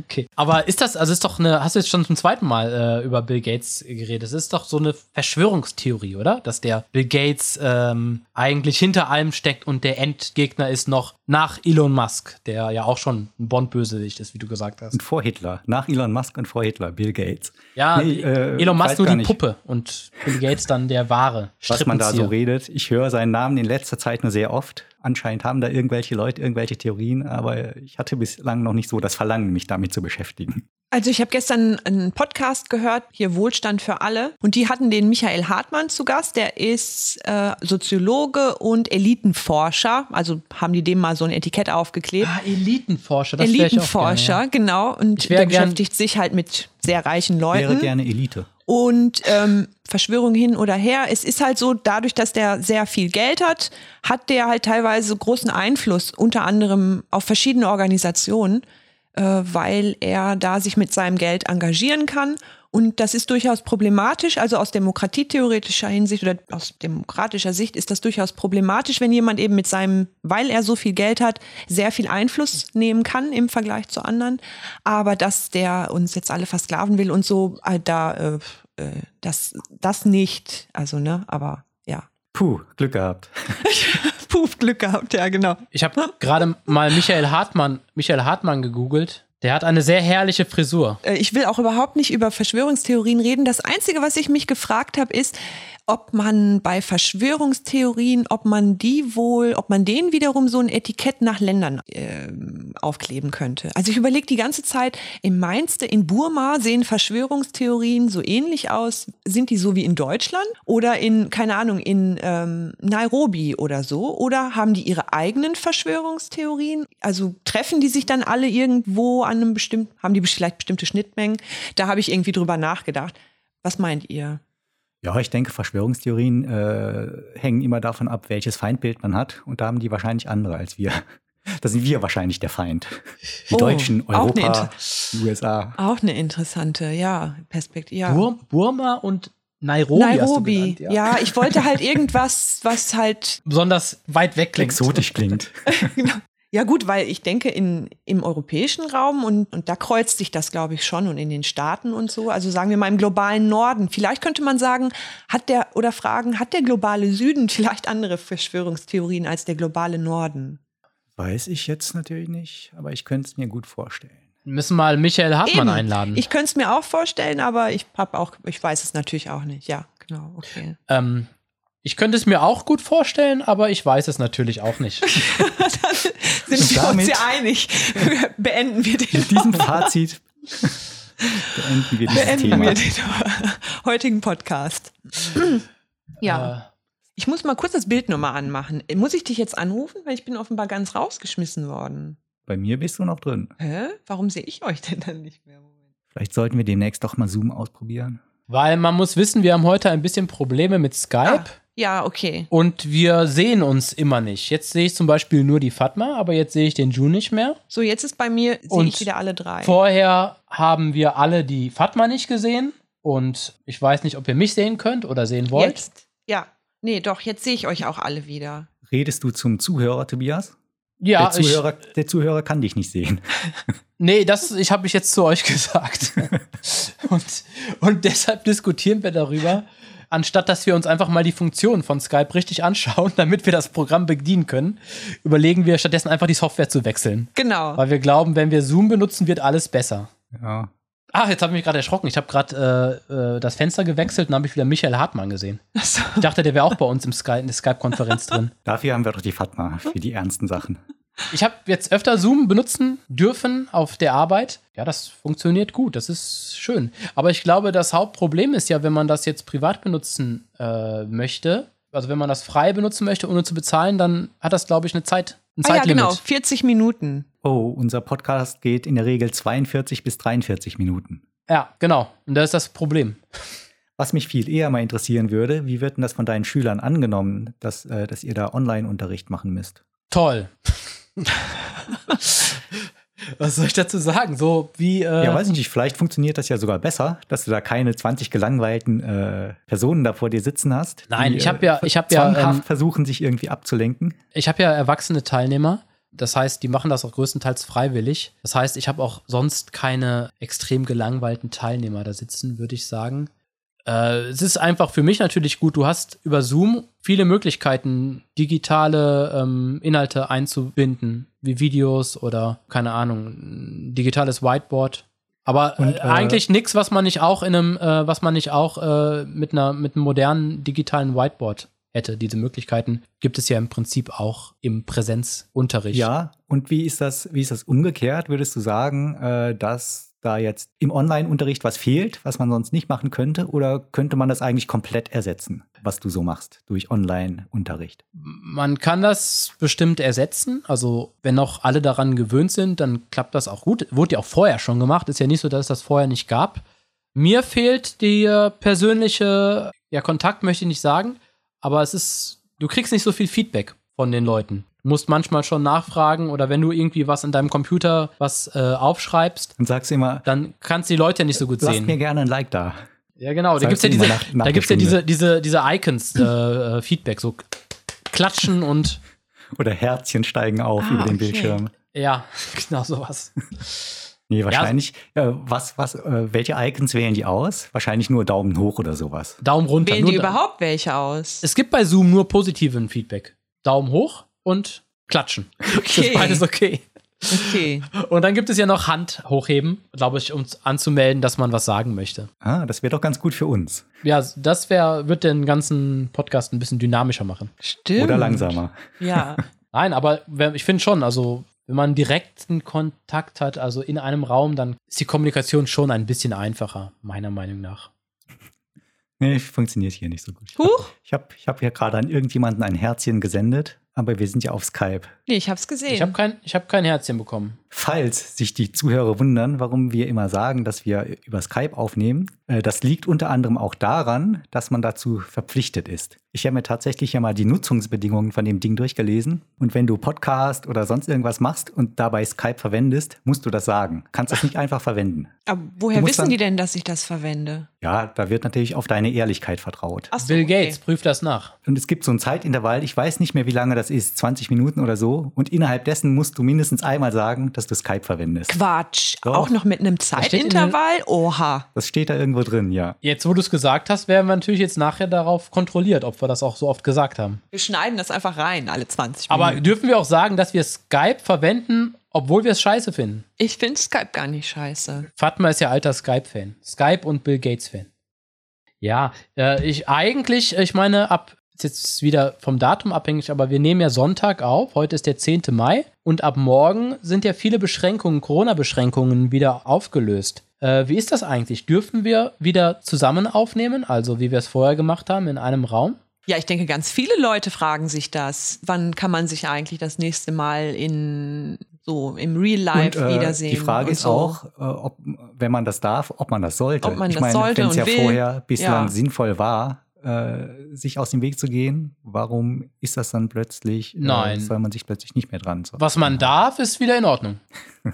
S3: okay? Aber ist das also ist doch eine? Hast du jetzt schon zum zweiten Mal äh, über Bill Gates geredet? Es ist doch so eine Verschwörungstheorie, oder? Dass der Bill Gates ähm, eigentlich hinter allem steckt und der Endgegner ist noch nach Elon Musk, der ja auch schon ein Bond-Bösewicht ist, wie du gesagt hast.
S1: Und vor Hitler. Nach Elon Musk und vor Hitler, Bill Gates.
S3: Ja,
S1: Nee, äh,
S3: Elon
S1: weiß
S3: Musk nur
S1: gar
S3: die
S1: nicht.
S3: Puppe und Bill Gates dann der wahre
S1: was man da so
S3: Strippenzieher.
S1: redet. Ich höre seinen Namen in letzter Zeit nur sehr oft. Anscheinend haben da irgendwelche Leute irgendwelche Theorien, aber ich hatte bislang noch nicht so das Verlangen, mich damit zu beschäftigen.
S2: Also ich habe gestern einen Podcast gehört, hier Wohlstand für alle. Und die hatten den Michael Hartmann zu Gast. Der ist äh, Soziologe und Elitenforscher. Also haben die dem mal so ein Etikett aufgeklebt.
S3: Ah, Elitenforscher. Das wär ich auch gerne,
S2: Elitenforscher, genau. Und
S3: Ich wär
S2: der
S3: gern-
S2: beschäftigt sich halt mit sehr reichen
S1: Wäre
S3: Mhm.
S2: Leuten.
S1: gerne Elite.
S2: Und ähm, Verschwörung hin oder her. Es ist halt so, dadurch, dass der sehr viel Geld hat, hat der halt teilweise großen Einfluss, unter anderem auf verschiedene Organisationen, äh, weil er da sich mit seinem Geld engagieren kann. Und das ist durchaus problematisch, also aus demokratietheoretischer Hinsicht oder aus demokratischer Sicht ist das durchaus problematisch, wenn jemand eben mit seinem, weil er so viel Geld hat, sehr viel Einfluss nehmen kann im Vergleich zu anderen. Aber dass der uns jetzt alle versklaven will und so, äh, da, äh, äh, das, das nicht. Also, ne, aber ja.
S1: Puh, Glück gehabt.
S2: Puh, Glück gehabt, ja, genau.
S3: Ich habe gerade mal Michael Hartmann, Michael Hartmann gegoogelt. Der hat eine sehr herrliche Frisur.
S2: Äh, Ich will auch überhaupt nicht über Verschwörungstheorien reden. Das Einzige, was ich mich gefragt habe, ist, ob man bei Verschwörungstheorien, ob man die wohl, ob man denen wiederum so ein Etikett nach Ländern ähm, aufkleben könnte. Also ich überlege die ganze Zeit, im Mainste, in Burma sehen Verschwörungstheorien so ähnlich aus. Sind die so wie in Deutschland oder in, keine Ahnung, in ähm, Nairobi oder so? Oder haben die ihre eigenen Verschwörungstheorien? Also treffen die sich dann alle irgendwo an einem bestimmten, haben die best- vielleicht bestimmte Schnittmengen? Da habe ich irgendwie drüber nachgedacht. Was meint ihr?
S1: Ja, ich denke, Verschwörungstheorien äh, hängen immer davon ab, welches Feindbild man hat. Und da haben die wahrscheinlich andere als wir. Da sind wir wahrscheinlich der Feind. Die
S2: Oh,
S1: Deutschen,
S2: auch eine
S1: Europa, USA.
S2: Auch eine interessante, ja, Perspektive. Ja.
S3: Bur Burma und Nairobi. Hast du
S2: Ah. Nairobi.
S3: genannt,
S2: Ja. ich wollte halt irgendwas, was halt,
S3: Besonders weit weg klingt.
S1: Exotisch klingt.
S2: ja gut, weil ich denke, in, im europäischen Raum und, und da kreuzt sich das, glaube ich, schon und in den Staaten und so. Also sagen wir mal im globalen Norden. Vielleicht könnte man sagen, hat der, oder fragen, hat der globale Süden vielleicht andere Verschwörungstheorien als der globale Norden?
S1: Weiß ich jetzt natürlich nicht, aber ich könnte es mir gut vorstellen.
S3: Wir müssen mal Michael Hartmann
S2: Eben.
S3: einladen.
S2: Ich könnte es mir auch vorstellen, aber ich hab auch, ich weiß es natürlich auch nicht. Ja, genau, okay.
S3: ähm, ich könnte es mir auch gut vorstellen, aber ich weiß es natürlich auch nicht.
S2: Sind wir uns
S1: damit-
S2: ja einig. Beenden wir den
S1: Mit diesem Fazit beenden wir dieses
S2: beenden
S1: Thema.
S2: wir den heutigen Podcast. Ja.
S3: Äh,
S2: Ich muss mal kurz das Bild nochmal anmachen. Äh, Muss ich dich jetzt anrufen? Weil ich bin offenbar ganz rausgeschmissen worden.
S1: Bei mir bist du noch drin.
S2: Hä? Warum sehe ich euch denn dann nicht mehr? Moment.
S1: Vielleicht sollten wir demnächst doch mal Zoom ausprobieren.
S3: weil man muss wissen, wir haben heute ein bisschen Probleme mit Skype.
S2: Ja, okay.
S3: Und wir sehen uns immer nicht. Jetzt sehe ich zum Beispiel nur die Fatma, aber jetzt sehe ich den Ju nicht mehr.
S2: So, jetzt ist bei mir, sehe
S3: Und
S2: ich wieder alle drei.
S3: Vorher haben wir alle die Fatma nicht gesehen. Und ich weiß nicht, ob ihr mich sehen könnt oder sehen wollt.
S2: Jetzt? Ja. Nee, doch, jetzt sehe ich euch auch alle wieder.
S1: Redest du zum Zuhörer, Tobias?
S3: Ja,
S1: der,
S3: ich,
S1: Zuhörer, der Zuhörer kann dich nicht sehen.
S3: nee, das, ich habe mich jetzt zu euch gesagt. und, und deshalb diskutieren wir darüber, anstatt dass wir uns einfach mal die Funktionen von Skype richtig anschauen, damit wir das Programm bedienen können, überlegen wir stattdessen einfach die Software zu wechseln.
S2: Genau.
S3: Weil wir glauben, wenn wir Zoom benutzen, wird alles besser.
S1: Ja.
S3: Ach, jetzt habe ich mich gerade erschrocken. Ich habe gerade äh, äh, das Fenster gewechselt und habe ich wieder Michael Hartmann gesehen.
S2: So. Ah,
S3: Ich dachte, der wäre auch bei uns im Sky in der Skype-Konferenz drin.
S1: Dafür haben wir doch die Fatma für die ernsten Sachen.
S3: Ich habe jetzt öfter Zoom benutzen dürfen auf der Arbeit. Ja, das funktioniert gut, das ist schön. Aber ich glaube, das Hauptproblem ist ja, wenn man das jetzt privat benutzen äh, möchte, also wenn man das frei benutzen möchte, ohne zu bezahlen, dann hat das, glaube ich, eine Zeit, ein
S2: Ah ja,
S3: Zeitlimit.
S2: genau, 40 Minuten.
S1: Oh, unser Podcast geht in der Regel 42 bis 43 Minuten.
S3: Ja, genau. Und das ist das Problem.
S1: Was mich viel eher mal interessieren würde, wie wird denn das von deinen Schülern angenommen, dass, äh, dass ihr da Online-Unterricht machen müsst?
S3: Toll. Was soll ich dazu sagen? So wie. Äh,
S1: Ja, weiß ich nicht, vielleicht funktioniert das ja sogar besser, dass du da keine 20 gelangweilten äh, Personen da vor dir sitzen hast.
S3: Nein,
S1: die,
S3: ich hab
S1: äh,
S3: ja- ich hab ja,
S1: zwanghaft
S3: ähm,
S1: versuchen, sich irgendwie abzulenken.
S3: Ich habe ja erwachsene Teilnehmer. Das heißt, die machen das auch größtenteils freiwillig. Das heißt, ich habe auch sonst keine extrem gelangweilten Teilnehmer da sitzen, würde ich sagen. Äh, es ist einfach für mich natürlich gut. Du hast über Zoom viele Möglichkeiten, digitale ähm, Inhalte einzubinden, wie Videos oder keine Ahnung, ein digitales Whiteboard. Aber
S1: Und,
S3: äh,
S1: äh,
S3: eigentlich nichts, was man nicht auch in einem, äh, was man nicht auch äh, mit einer mit einem modernen digitalen Whiteboard hätte. Diese Möglichkeiten gibt es ja im Prinzip auch im Präsenzunterricht.
S1: Ja, und wie ist das, wie ist das umgekehrt? Würdest du sagen, äh, dass da jetzt im Online-Unterricht was fehlt, was man sonst nicht machen könnte? Oder könnte man das eigentlich komplett ersetzen, was du so machst durch Online-Unterricht?
S3: Man kann das bestimmt ersetzen. Also, wenn auch alle daran gewöhnt sind, dann klappt das auch gut. Wurde ja auch vorher schon gemacht. Ist ja nicht so, dass es das vorher nicht gab. Mir fehlt die äh, persönliche, ja, Kontakt möchte ich nicht sagen, aber es ist, du kriegst nicht so viel Feedback von den Leuten. Du musst manchmal schon nachfragen oder wenn du irgendwie was in deinem Computer was äh, aufschreibst,
S1: Und sagst immer,
S3: dann kannst du die Leute nicht so gut
S1: lasst
S3: sehen.
S1: mir gerne ein Like da.
S3: Ja, genau. Da
S1: Sagst
S3: gibt's ja
S1: du immer
S3: diese,
S1: nach- nach
S3: da
S1: der
S3: gibt's ja diese,
S1: Stunde.
S3: diese, diese Icons, äh, äh, Feedback, so klatschen und
S1: Oder Herzchen steigen auf
S2: Ah,
S1: über den
S2: okay.
S1: Bildschirm.
S3: ja, genau sowas.
S1: Nee,
S2: also
S1: wahrscheinlich. äh, was, was, äh, welche Icons wählen die aus? Wahrscheinlich nur Daumen hoch oder sowas.
S3: Daumen runter.
S2: Wählen die
S3: Nur-
S2: überhaupt welche aus?
S3: Es gibt bei Zoom nur positiven Feedback. Daumen hoch und klatschen. Das ist
S2: Okay.
S3: beides okay.
S2: Okay.
S3: Und dann gibt es ja noch Hand hochheben, glaube ich, um anzumelden, dass man was sagen möchte.
S1: Ah, das wäre doch ganz gut für uns.
S3: Ja, das wär, wird den ganzen Podcast ein bisschen dynamischer machen.
S2: Stimmt.
S1: Oder langsamer.
S2: Ja.
S3: Nein, aber wenn- ich finde schon, also wenn man direkten Kontakt hat, also in einem Raum, dann ist die Kommunikation schon ein bisschen einfacher, meiner Meinung nach.
S1: Nee, funktioniert hier nicht so gut.
S2: Huch.
S1: Ich habe ich hab hier gerade an irgendjemanden ein Herzchen gesendet, aber wir sind ja auf Skype.
S2: Nee, ich hab's gesehen.
S3: Ich habe kein, ich hab kein Herzchen bekommen.
S1: Falls sich die Zuhörer wundern, warum wir immer sagen, dass wir über Skype aufnehmen, äh, das liegt unter anderem auch daran, dass man dazu verpflichtet ist. Ich habe mir tatsächlich ja mal die Nutzungsbedingungen von dem Ding durchgelesen. Und wenn du Podcast oder sonst irgendwas machst und dabei Skype verwendest, musst du das sagen. Kannst das nicht einfach verwenden.
S2: Aber
S1: Du
S2: Ah, woher
S1: musst
S2: wissen
S1: dann-
S2: die denn, dass ich das verwende?
S1: Ja, da wird natürlich auf deine Ehrlichkeit vertraut.
S2: Ach so,
S3: Bill
S2: okay.
S3: Gates, prüft das nach.
S1: Und es gibt so ein Zeitintervall, ich weiß nicht mehr, wie lange das ist, 20 Minuten oder so. Und innerhalb dessen musst du mindestens einmal sagen, dass du Skype
S2: Genau.
S1: verwendest.
S2: Quatsch.
S1: Doch.
S2: Auch noch mit einem
S3: steht in
S2: Zeitintervall? Oha.
S1: Das steht da irgendwo drin, ja.
S3: Jetzt, wo du es gesagt hast, werden wir natürlich jetzt nachher darauf kontrolliert, ob wir das auch so oft gesagt haben.
S2: Wir schneiden das einfach rein, alle 20 Minuten.
S3: Aber dürfen wir auch sagen, dass wir Skype verwenden, obwohl wir es scheiße finden?
S2: ich finde Skype gar nicht scheiße.
S3: Fatma ist ja alter Skype-Fan. Skype und Bill Gates-Fan. Ja, äh, ich eigentlich, ich meine, ab ist jetzt wieder vom Datum abhängig, aber wir nehmen ja Sonntag auf. Heute ist der 10. Mai und ab morgen sind ja viele Beschränkungen, Corona-Beschränkungen wieder aufgelöst. Äh, wie ist das eigentlich? Dürfen wir wieder zusammen aufnehmen, also wie wir es vorher gemacht haben, in einem Raum?
S2: Ja, ich denke, ganz viele Leute fragen sich das. Wann kann man sich eigentlich das nächste Mal in so im Real Life
S1: und, äh,
S2: wiedersehen?
S1: Die Frage
S2: und
S1: ist
S2: so.
S1: auch, äh, ob, wenn man das darf, ob man das sollte.
S2: Ob man
S1: ich
S2: das
S1: meine,
S2: sollte
S1: wenn es
S2: und
S1: ja
S2: will.
S1: vorher bislang
S2: Ja.
S1: sinnvoll war, äh, sich aus dem Weg zu gehen, warum ist das dann plötzlich,
S3: Nein.
S1: Äh, soll man sich plötzlich nicht mehr dran? So.
S3: Was man darf, ist wieder in Ordnung.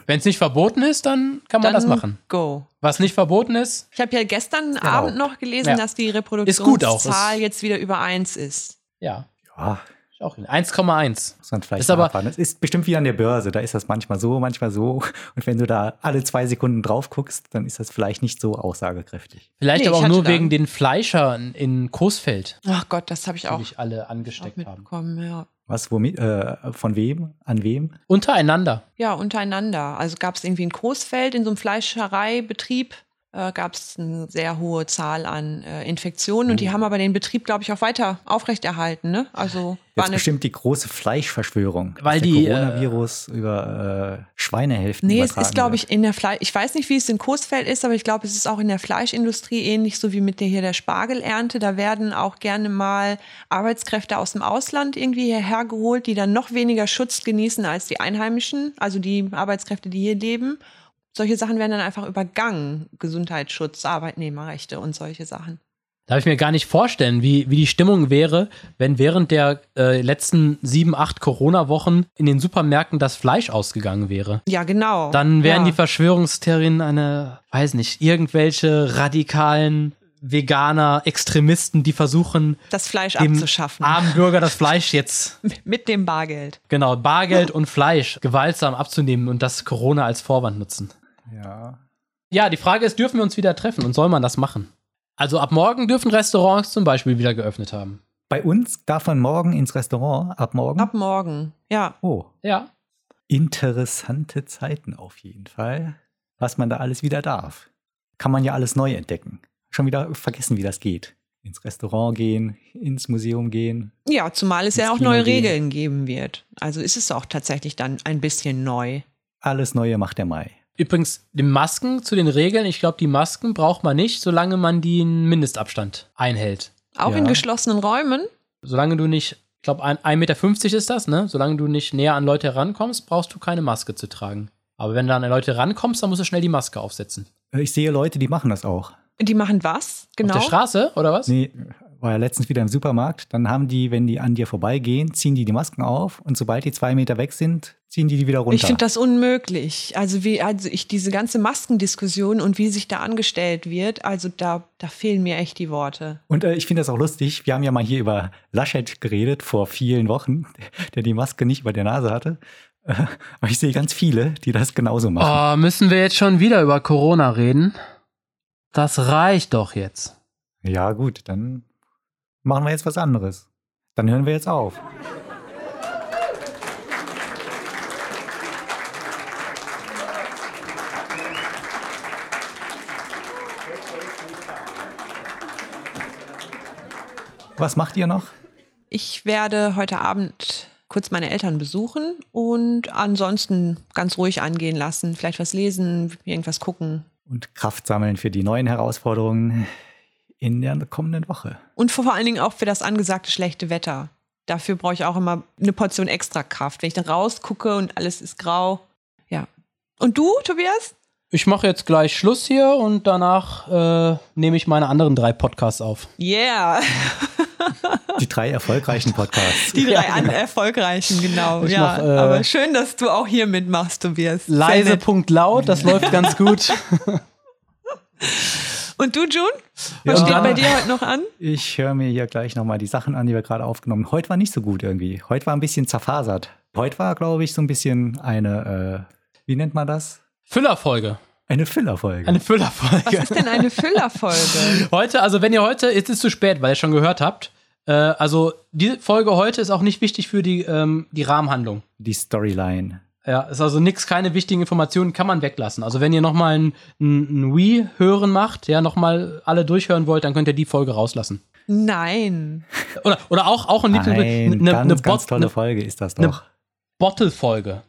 S3: Wenn es nicht verboten ist, dann kann
S2: Dann
S3: man das machen.
S2: Go.
S3: Was nicht verboten ist,
S2: Ich habe ja gestern Abend noch gelesen,
S3: Ja.
S2: dass die
S3: gut auch,
S2: Reproduktionszahl
S3: ist-
S2: jetzt wieder über eins ist.
S3: ja,
S1: Ja,
S3: ist auch in 1,1.
S1: muss man vielleicht
S3: Ist aber-
S1: nachfahren. Das ist bestimmt wie an der Börse, da ist das manchmal so, manchmal so. Und wenn du da alle zwei Sekunden drauf guckst, dann ist das vielleicht nicht so aussagekräftig.
S3: Vielleicht
S2: Nee,
S3: aber
S2: ich
S3: auch
S2: hatte
S3: nur
S2: da-
S3: wegen den Fleischern in Coesfeld,
S2: Ach Gott, das habe ich
S3: die
S2: auch,
S3: sich alle
S2: auch
S3: angesteckt haben.
S2: mitbekommen. Ja.
S1: Was, womit, äh, von wem, an wem?
S3: Untereinander.
S2: ja, untereinander. Also gab es irgendwie ein Großfeld in so einem Fleischereibetrieb äh, gab es eine sehr hohe Zahl an äh, Infektionen und die haben aber den Betrieb, glaube ich, auch weiter aufrechterhalten. Ne? Also war
S1: Jetzt
S2: eine
S1: bestimmt die große Fleischverschwörung.
S3: Weil
S1: dass
S3: die, äh,
S1: der Coronavirus über äh, Schweinehälften
S2: Nee, es
S1: übertragen
S2: ist, glaube
S1: wird.
S2: ich, in der Fleisch. Ich weiß nicht, wie es in Coesfeld ist, aber ich glaube, es ist auch in der Fleischindustrie ähnlich, so wie mit der hier der Spargelernte. Da werden auch gerne mal Arbeitskräfte aus dem Ausland irgendwie hierher geholt, die dann noch weniger Schutz genießen als die Einheimischen, also die Arbeitskräfte, die hier leben. Solche Sachen werden dann einfach übergangen. Gesundheitsschutz, Arbeitnehmerrechte und solche Sachen.
S3: Darf ich mir gar nicht vorstellen, wie, wie die Stimmung wäre, wenn während der äh, letzten sieben, acht Corona-Wochen in den Supermärkten das Fleisch ausgegangen wäre.
S2: Ja, genau.
S3: Dann wären
S2: ja.
S3: die Verschwörungstheorien eine, weiß nicht, irgendwelche radikalen Veganer, Extremisten, die versuchen,
S2: das Fleisch
S3: dem
S2: abzuschaffen.
S3: armen Bürger das Fleisch jetzt,
S2: mit dem Bargeld.
S3: genau, Bargeld und Fleisch gewaltsam abzunehmen und das Corona als Vorwand nutzen.
S1: Ja.
S3: Ja, die Frage ist, dürfen wir uns wieder treffen und soll man das machen? Also ab morgen dürfen Restaurants zum Beispiel wieder geöffnet haben.
S1: Bei uns darf man morgen ins Restaurant, ab morgen.
S2: Ab morgen. Ja.
S1: oh,
S3: Ja,
S1: interessante Zeiten auf jeden Fall, was man da alles wieder darf. Kann man ja alles neu entdecken. Schon wieder vergessen, wie das geht. Ins Restaurant gehen, ins Museum gehen.
S2: Ja, zumal es ja
S1: Ins
S2: auch
S1: Kino
S2: neue
S1: gehen.
S2: Regeln geben wird. Also ist es auch tatsächlich dann ein bisschen neu.
S1: Alles Neue macht der Mai.
S3: Übrigens, die Masken zu den Regeln, ich glaube, die Masken braucht man nicht, solange man den Mindestabstand einhält.
S2: Auch
S1: Ja.
S2: in geschlossenen Räumen.
S3: Solange du nicht, ich glaube, 1,50 Meter ist das, ne? Solange du nicht näher an Leute herankommst, brauchst du keine Maske zu tragen. Aber wenn du an Leute rankommst, dann musst du schnell die Maske aufsetzen.
S1: Äh, Ich sehe Leute, die machen das auch.
S2: Die machen was? Genau.
S3: Auf der Straße, oder was?
S1: Nee, war ja letztens wieder im Supermarkt. Dann haben die, wenn die an dir vorbeigehen, ziehen die die Masken auf und sobald die zwei Meter weg sind, ziehen die die wieder runter.
S2: ich finde das unmöglich. Also wie, also ich diese ganze Maskendiskussion und wie sich da angestellt wird, also da, da fehlen mir echt die Worte.
S1: Und äh, ich finde das auch lustig. Wir haben ja mal hier über Laschet geredet vor vielen Wochen, der die Maske nicht über der Nase hatte. Äh, Aber ich sehe ganz viele, die das genauso machen.
S3: Oh, müssen wir jetzt schon wieder über Corona reden? Das reicht doch jetzt.
S1: Ja, gut, dann machen wir jetzt was anderes. Dann hören wir jetzt auf. Was macht ihr noch?
S2: Ich werde heute Abend kurz meine Eltern besuchen und ansonsten ganz ruhig angehen lassen. Vielleicht was lesen, irgendwas gucken.
S1: und Kraft sammeln für die neuen Herausforderungen in der kommenden Woche.
S2: Und vor allen Dingen auch für das angesagte schlechte Wetter. Dafür brauche ich auch immer eine Portion extra Kraft. Wenn ich dann rausgucke und alles ist grau. Ja. Und du, Tobias?
S3: Ich mache jetzt gleich Schluss hier und danach äh, nehme ich meine anderen drei Podcasts auf.
S2: Yeah.
S1: Die drei erfolgreichen Podcasts.
S2: Die drei
S3: Ja, genau.
S2: an erfolgreichen, genau.
S3: Ich
S2: ja.
S3: mach, äh,
S2: Aber schön, dass du auch hier mitmachst, Tobias. Sehr
S3: Leise
S2: nett.
S3: Punkt laut, das läuft ganz gut.
S2: Und du, June? Was
S1: Ja.
S2: steht bei dir heute noch an?
S1: Ich höre mir hier gleich nochmal die Sachen an, die wir gerade aufgenommen haben. Heute war nicht so gut irgendwie. Heute war ein bisschen zerfasert. Heute war, glaube ich, so ein bisschen eine, äh, wie nennt man das?
S3: Füllerfolge.
S1: Eine Füllerfolge.
S3: Eine
S2: Was
S3: Füllerfolge.
S2: ist denn eine Füllerfolge?
S3: Heute, also wenn ihr heute, jetzt ist es zu spät, weil ihr schon gehört habt. Äh, also die Folge heute ist auch nicht wichtig für die, ähm, die Rahmenhandlung.
S1: die Storyline.
S3: Ja, ist also nix, keine wichtigen Informationen kann man weglassen. Also wenn ihr nochmal ein, ein, ein Wii hören macht, ja, nochmal alle durchhören wollt, dann könnt ihr die Folge rauslassen.
S2: Nein.
S3: Oder, oder auch, auch ein Lieblings-
S1: Ein
S3: ne- ne-
S1: ganz,
S3: ne
S1: ganz
S3: Bot-
S1: tolle
S3: ne-
S1: Folge ist das
S3: ne-
S1: doch.
S3: Bottle-Folge.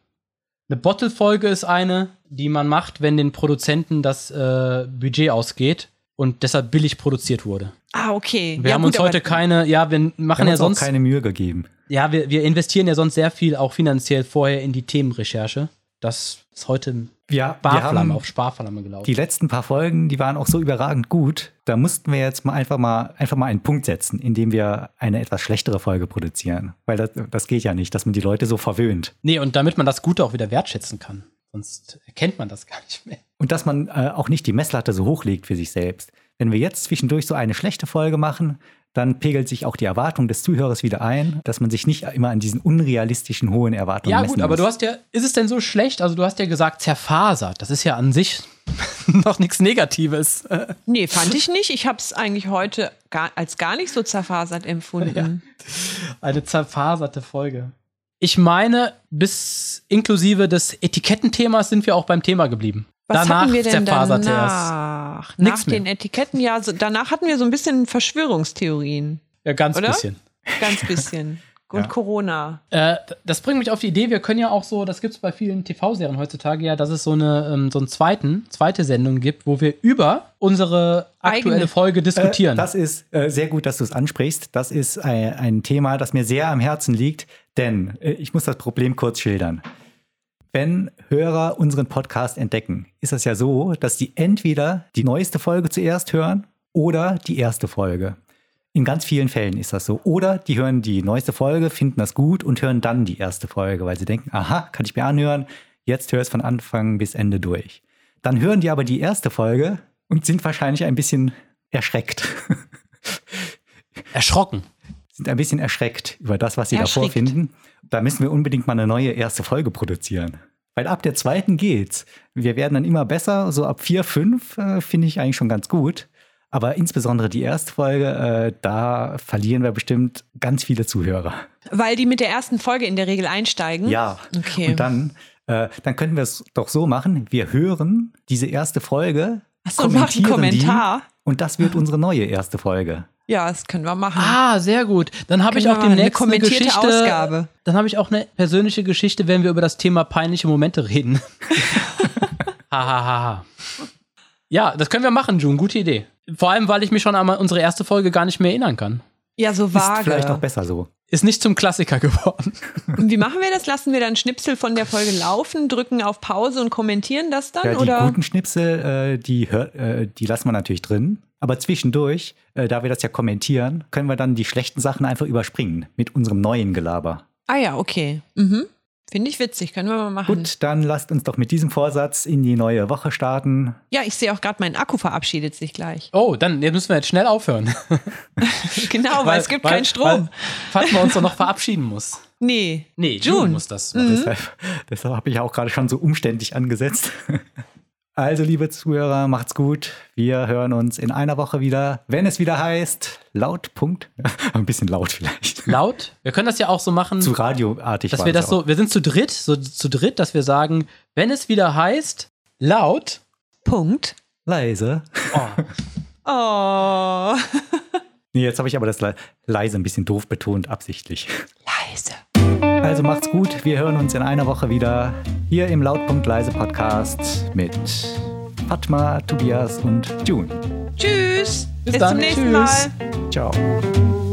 S3: Eine Bottle-Folge ist eine, die man macht, wenn den Produzenten das äh, Budget ausgeht und deshalb billig produziert wurde.
S2: Ah, okay.
S3: Wir
S2: Ja,
S3: haben
S2: gut,
S3: uns heute
S2: aber-
S3: keine, ja, wir
S1: Wir
S3: machen
S1: haben
S3: ja
S1: uns auch
S3: sonst,
S1: keine Mühe gegeben.
S3: ja, wir, wir investieren ja sonst sehr viel auch finanziell vorher in die Themenrecherche. Das ist heute
S1: Wir, wir
S3: Barflamme
S1: haben
S3: auf Sparflamme gelaufen.
S1: die letzten paar Folgen, die waren auch so überragend gut, da mussten wir jetzt mal einfach mal einfach mal einen Punkt setzen, indem wir eine etwas schlechtere Folge produzieren, weil das, das geht ja nicht, dass man die Leute so verwöhnt
S3: nee, und damit man das Gute auch wieder wertschätzen kann. Sonst erkennt man das gar nicht mehr.
S1: und dass man äh, auch nicht die Messlatte so hochlegt für sich selbst. Wenn wir jetzt zwischendurch so eine schlechte Folge machen, dann pegelt sich auch die Erwartung des Zuhörers wieder ein, dass man sich nicht immer an diesen unrealistischen hohen Erwartungen
S3: Ja,
S1: messen
S3: gut, aber
S1: muss.
S3: du hast ja, ist es denn so schlecht? Also, du hast ja gesagt, zerfasert. Das ist ja an sich noch nichts Negatives. Äh,
S2: Nee, fand ich nicht. Ich habe es eigentlich heute gar, als gar nicht so zerfasert empfunden.
S3: Eine zerfaserte Folge. Ich meine, bis inklusive des Etikettenthemas sind wir auch beim Thema geblieben.
S2: Was
S3: danach
S2: hatten wir denn
S3: zerfasert erst.
S2: danach? nach. Nach
S3: Nix mehr.
S2: den Etiketten, ja, so, danach hatten wir so ein bisschen Verschwörungstheorien.
S3: Ja, ganz
S2: Oder?
S3: bisschen.
S2: Ganz bisschen. Und
S1: Ja.
S2: Corona.
S3: Äh, das bringt mich auf die Idee, wir können ja auch so, das gibt es bei vielen TV-Serien heutzutage ja, dass es so eine ähm, so einen zweiten, zweite Sendung gibt, wo wir über unsere aktuelle
S2: Eigene.
S3: Folge diskutieren.
S1: Das ist äh, sehr gut, dass du es ansprichst. Das ist ein, ein Thema, das mir sehr am Herzen liegt, denn äh, ich muss das Problem kurz schildern. Wenn Hörer unseren Podcast entdecken, ist es ja so, dass die entweder die neueste Folge zuerst hören oder die erste Folge. In ganz vielen Fällen ist das so. Oder die hören die neueste Folge, finden das gut und hören dann die erste Folge, weil sie denken, aha, kann ich mir anhören, jetzt höre ich es von Anfang bis Ende durch. Dann hören die aber die erste Folge und sind wahrscheinlich ein bisschen erschreckt.
S3: Erschrocken.
S1: sind ein bisschen erschreckt über das, was sie davor
S2: Erschreckt.
S1: finden. Da müssen wir unbedingt mal eine neue erste Folge produzieren. Weil ab der zweiten geht's. Wir werden dann immer besser. So ab vier, fünf äh, finde ich eigentlich schon ganz gut. Aber insbesondere die erste Folge, äh, da verlieren wir bestimmt ganz viele Zuhörer.
S2: Weil die mit der ersten Folge in der Regel einsteigen.
S1: Ja.
S2: Hm? Okay.
S1: Und dann, äh, dann könnten wir es doch so machen. Wir hören diese erste Folge.
S2: Achso, mach einen
S1: kommentieren die,
S2: Kommentar.
S1: und das wird unsere neue erste Folge.
S2: Ja, das können wir machen.
S3: Ah, sehr gut. Dann habe ich
S2: Genau,
S3: auch demnächst
S2: eine kommentierte
S3: eine Geschichte,
S2: Ausgabe.
S3: Dann habe ich auch eine persönliche Geschichte, wenn wir über das Thema peinliche Momente reden. Hahaha. ja, das können wir machen, June. Gute Idee. Vor allem, weil ich mich schon an unsere erste Folge gar nicht mehr erinnern kann.
S2: ja, so
S1: Ist vielleicht auch
S2: vage.
S1: besser so.
S3: Ist nicht zum Klassiker geworden.
S2: Und wie machen wir das? Lassen wir dann Schnipsel von der Folge laufen, drücken auf Pause und kommentieren das dann?
S1: Ja, die
S2: oder?
S1: guten Schnipsel, äh, die, hör- äh, die lassen wir natürlich drin. Aber zwischendurch, äh, da wir das ja kommentieren, können wir dann die schlechten Sachen einfach überspringen mit unserem neuen Gelaber.
S2: Ah ja, okay. Mhm. Finde ich witzig, können wir mal machen.
S3: Mhm.
S1: Gut, dann lasst uns doch mit diesem Vorsatz in die neue Woche starten.
S2: Ja, ich sehe auch gerade, mein Akku verabschiedet sich gleich.
S3: Oh, dann jetzt müssen wir jetzt schnell aufhören.
S2: Genau, weil, es gibt keinen Strom.
S3: Weil Fatma uns doch noch verabschieden muss.
S2: nee.
S3: Nee, June,
S2: June.
S3: muss das.
S1: Deshalb, deshalb habe ich auch gerade schon so umständlich angesetzt. Also, liebe Zuhörer, macht's gut. Wir hören uns in einer Woche wieder, wenn es wieder heißt, laut, Punkt. Ein bisschen laut vielleicht.
S3: Laut. Wir können das ja auch so machen.
S1: Zu radioartig
S3: dass
S1: war
S3: wir das
S1: auch.
S3: so, wir sind zu dritt, so zu dritt, dass wir sagen, wenn es wieder heißt, laut,
S2: Punkt.
S1: leise.
S3: oh,
S2: Oh.
S1: Nee, jetzt habe ich aber das le- leise ein bisschen doof betont, absichtlich.
S2: Leise.
S1: Also macht's gut. Wir hören uns in einer Woche wieder hier im Lautpunkt Leise Podcast mit Fatma, Tobias und June.
S2: Tschüss. Bis,
S3: dann.
S2: zum nächsten
S3: Tschüss.
S2: Mal.
S1: Ciao.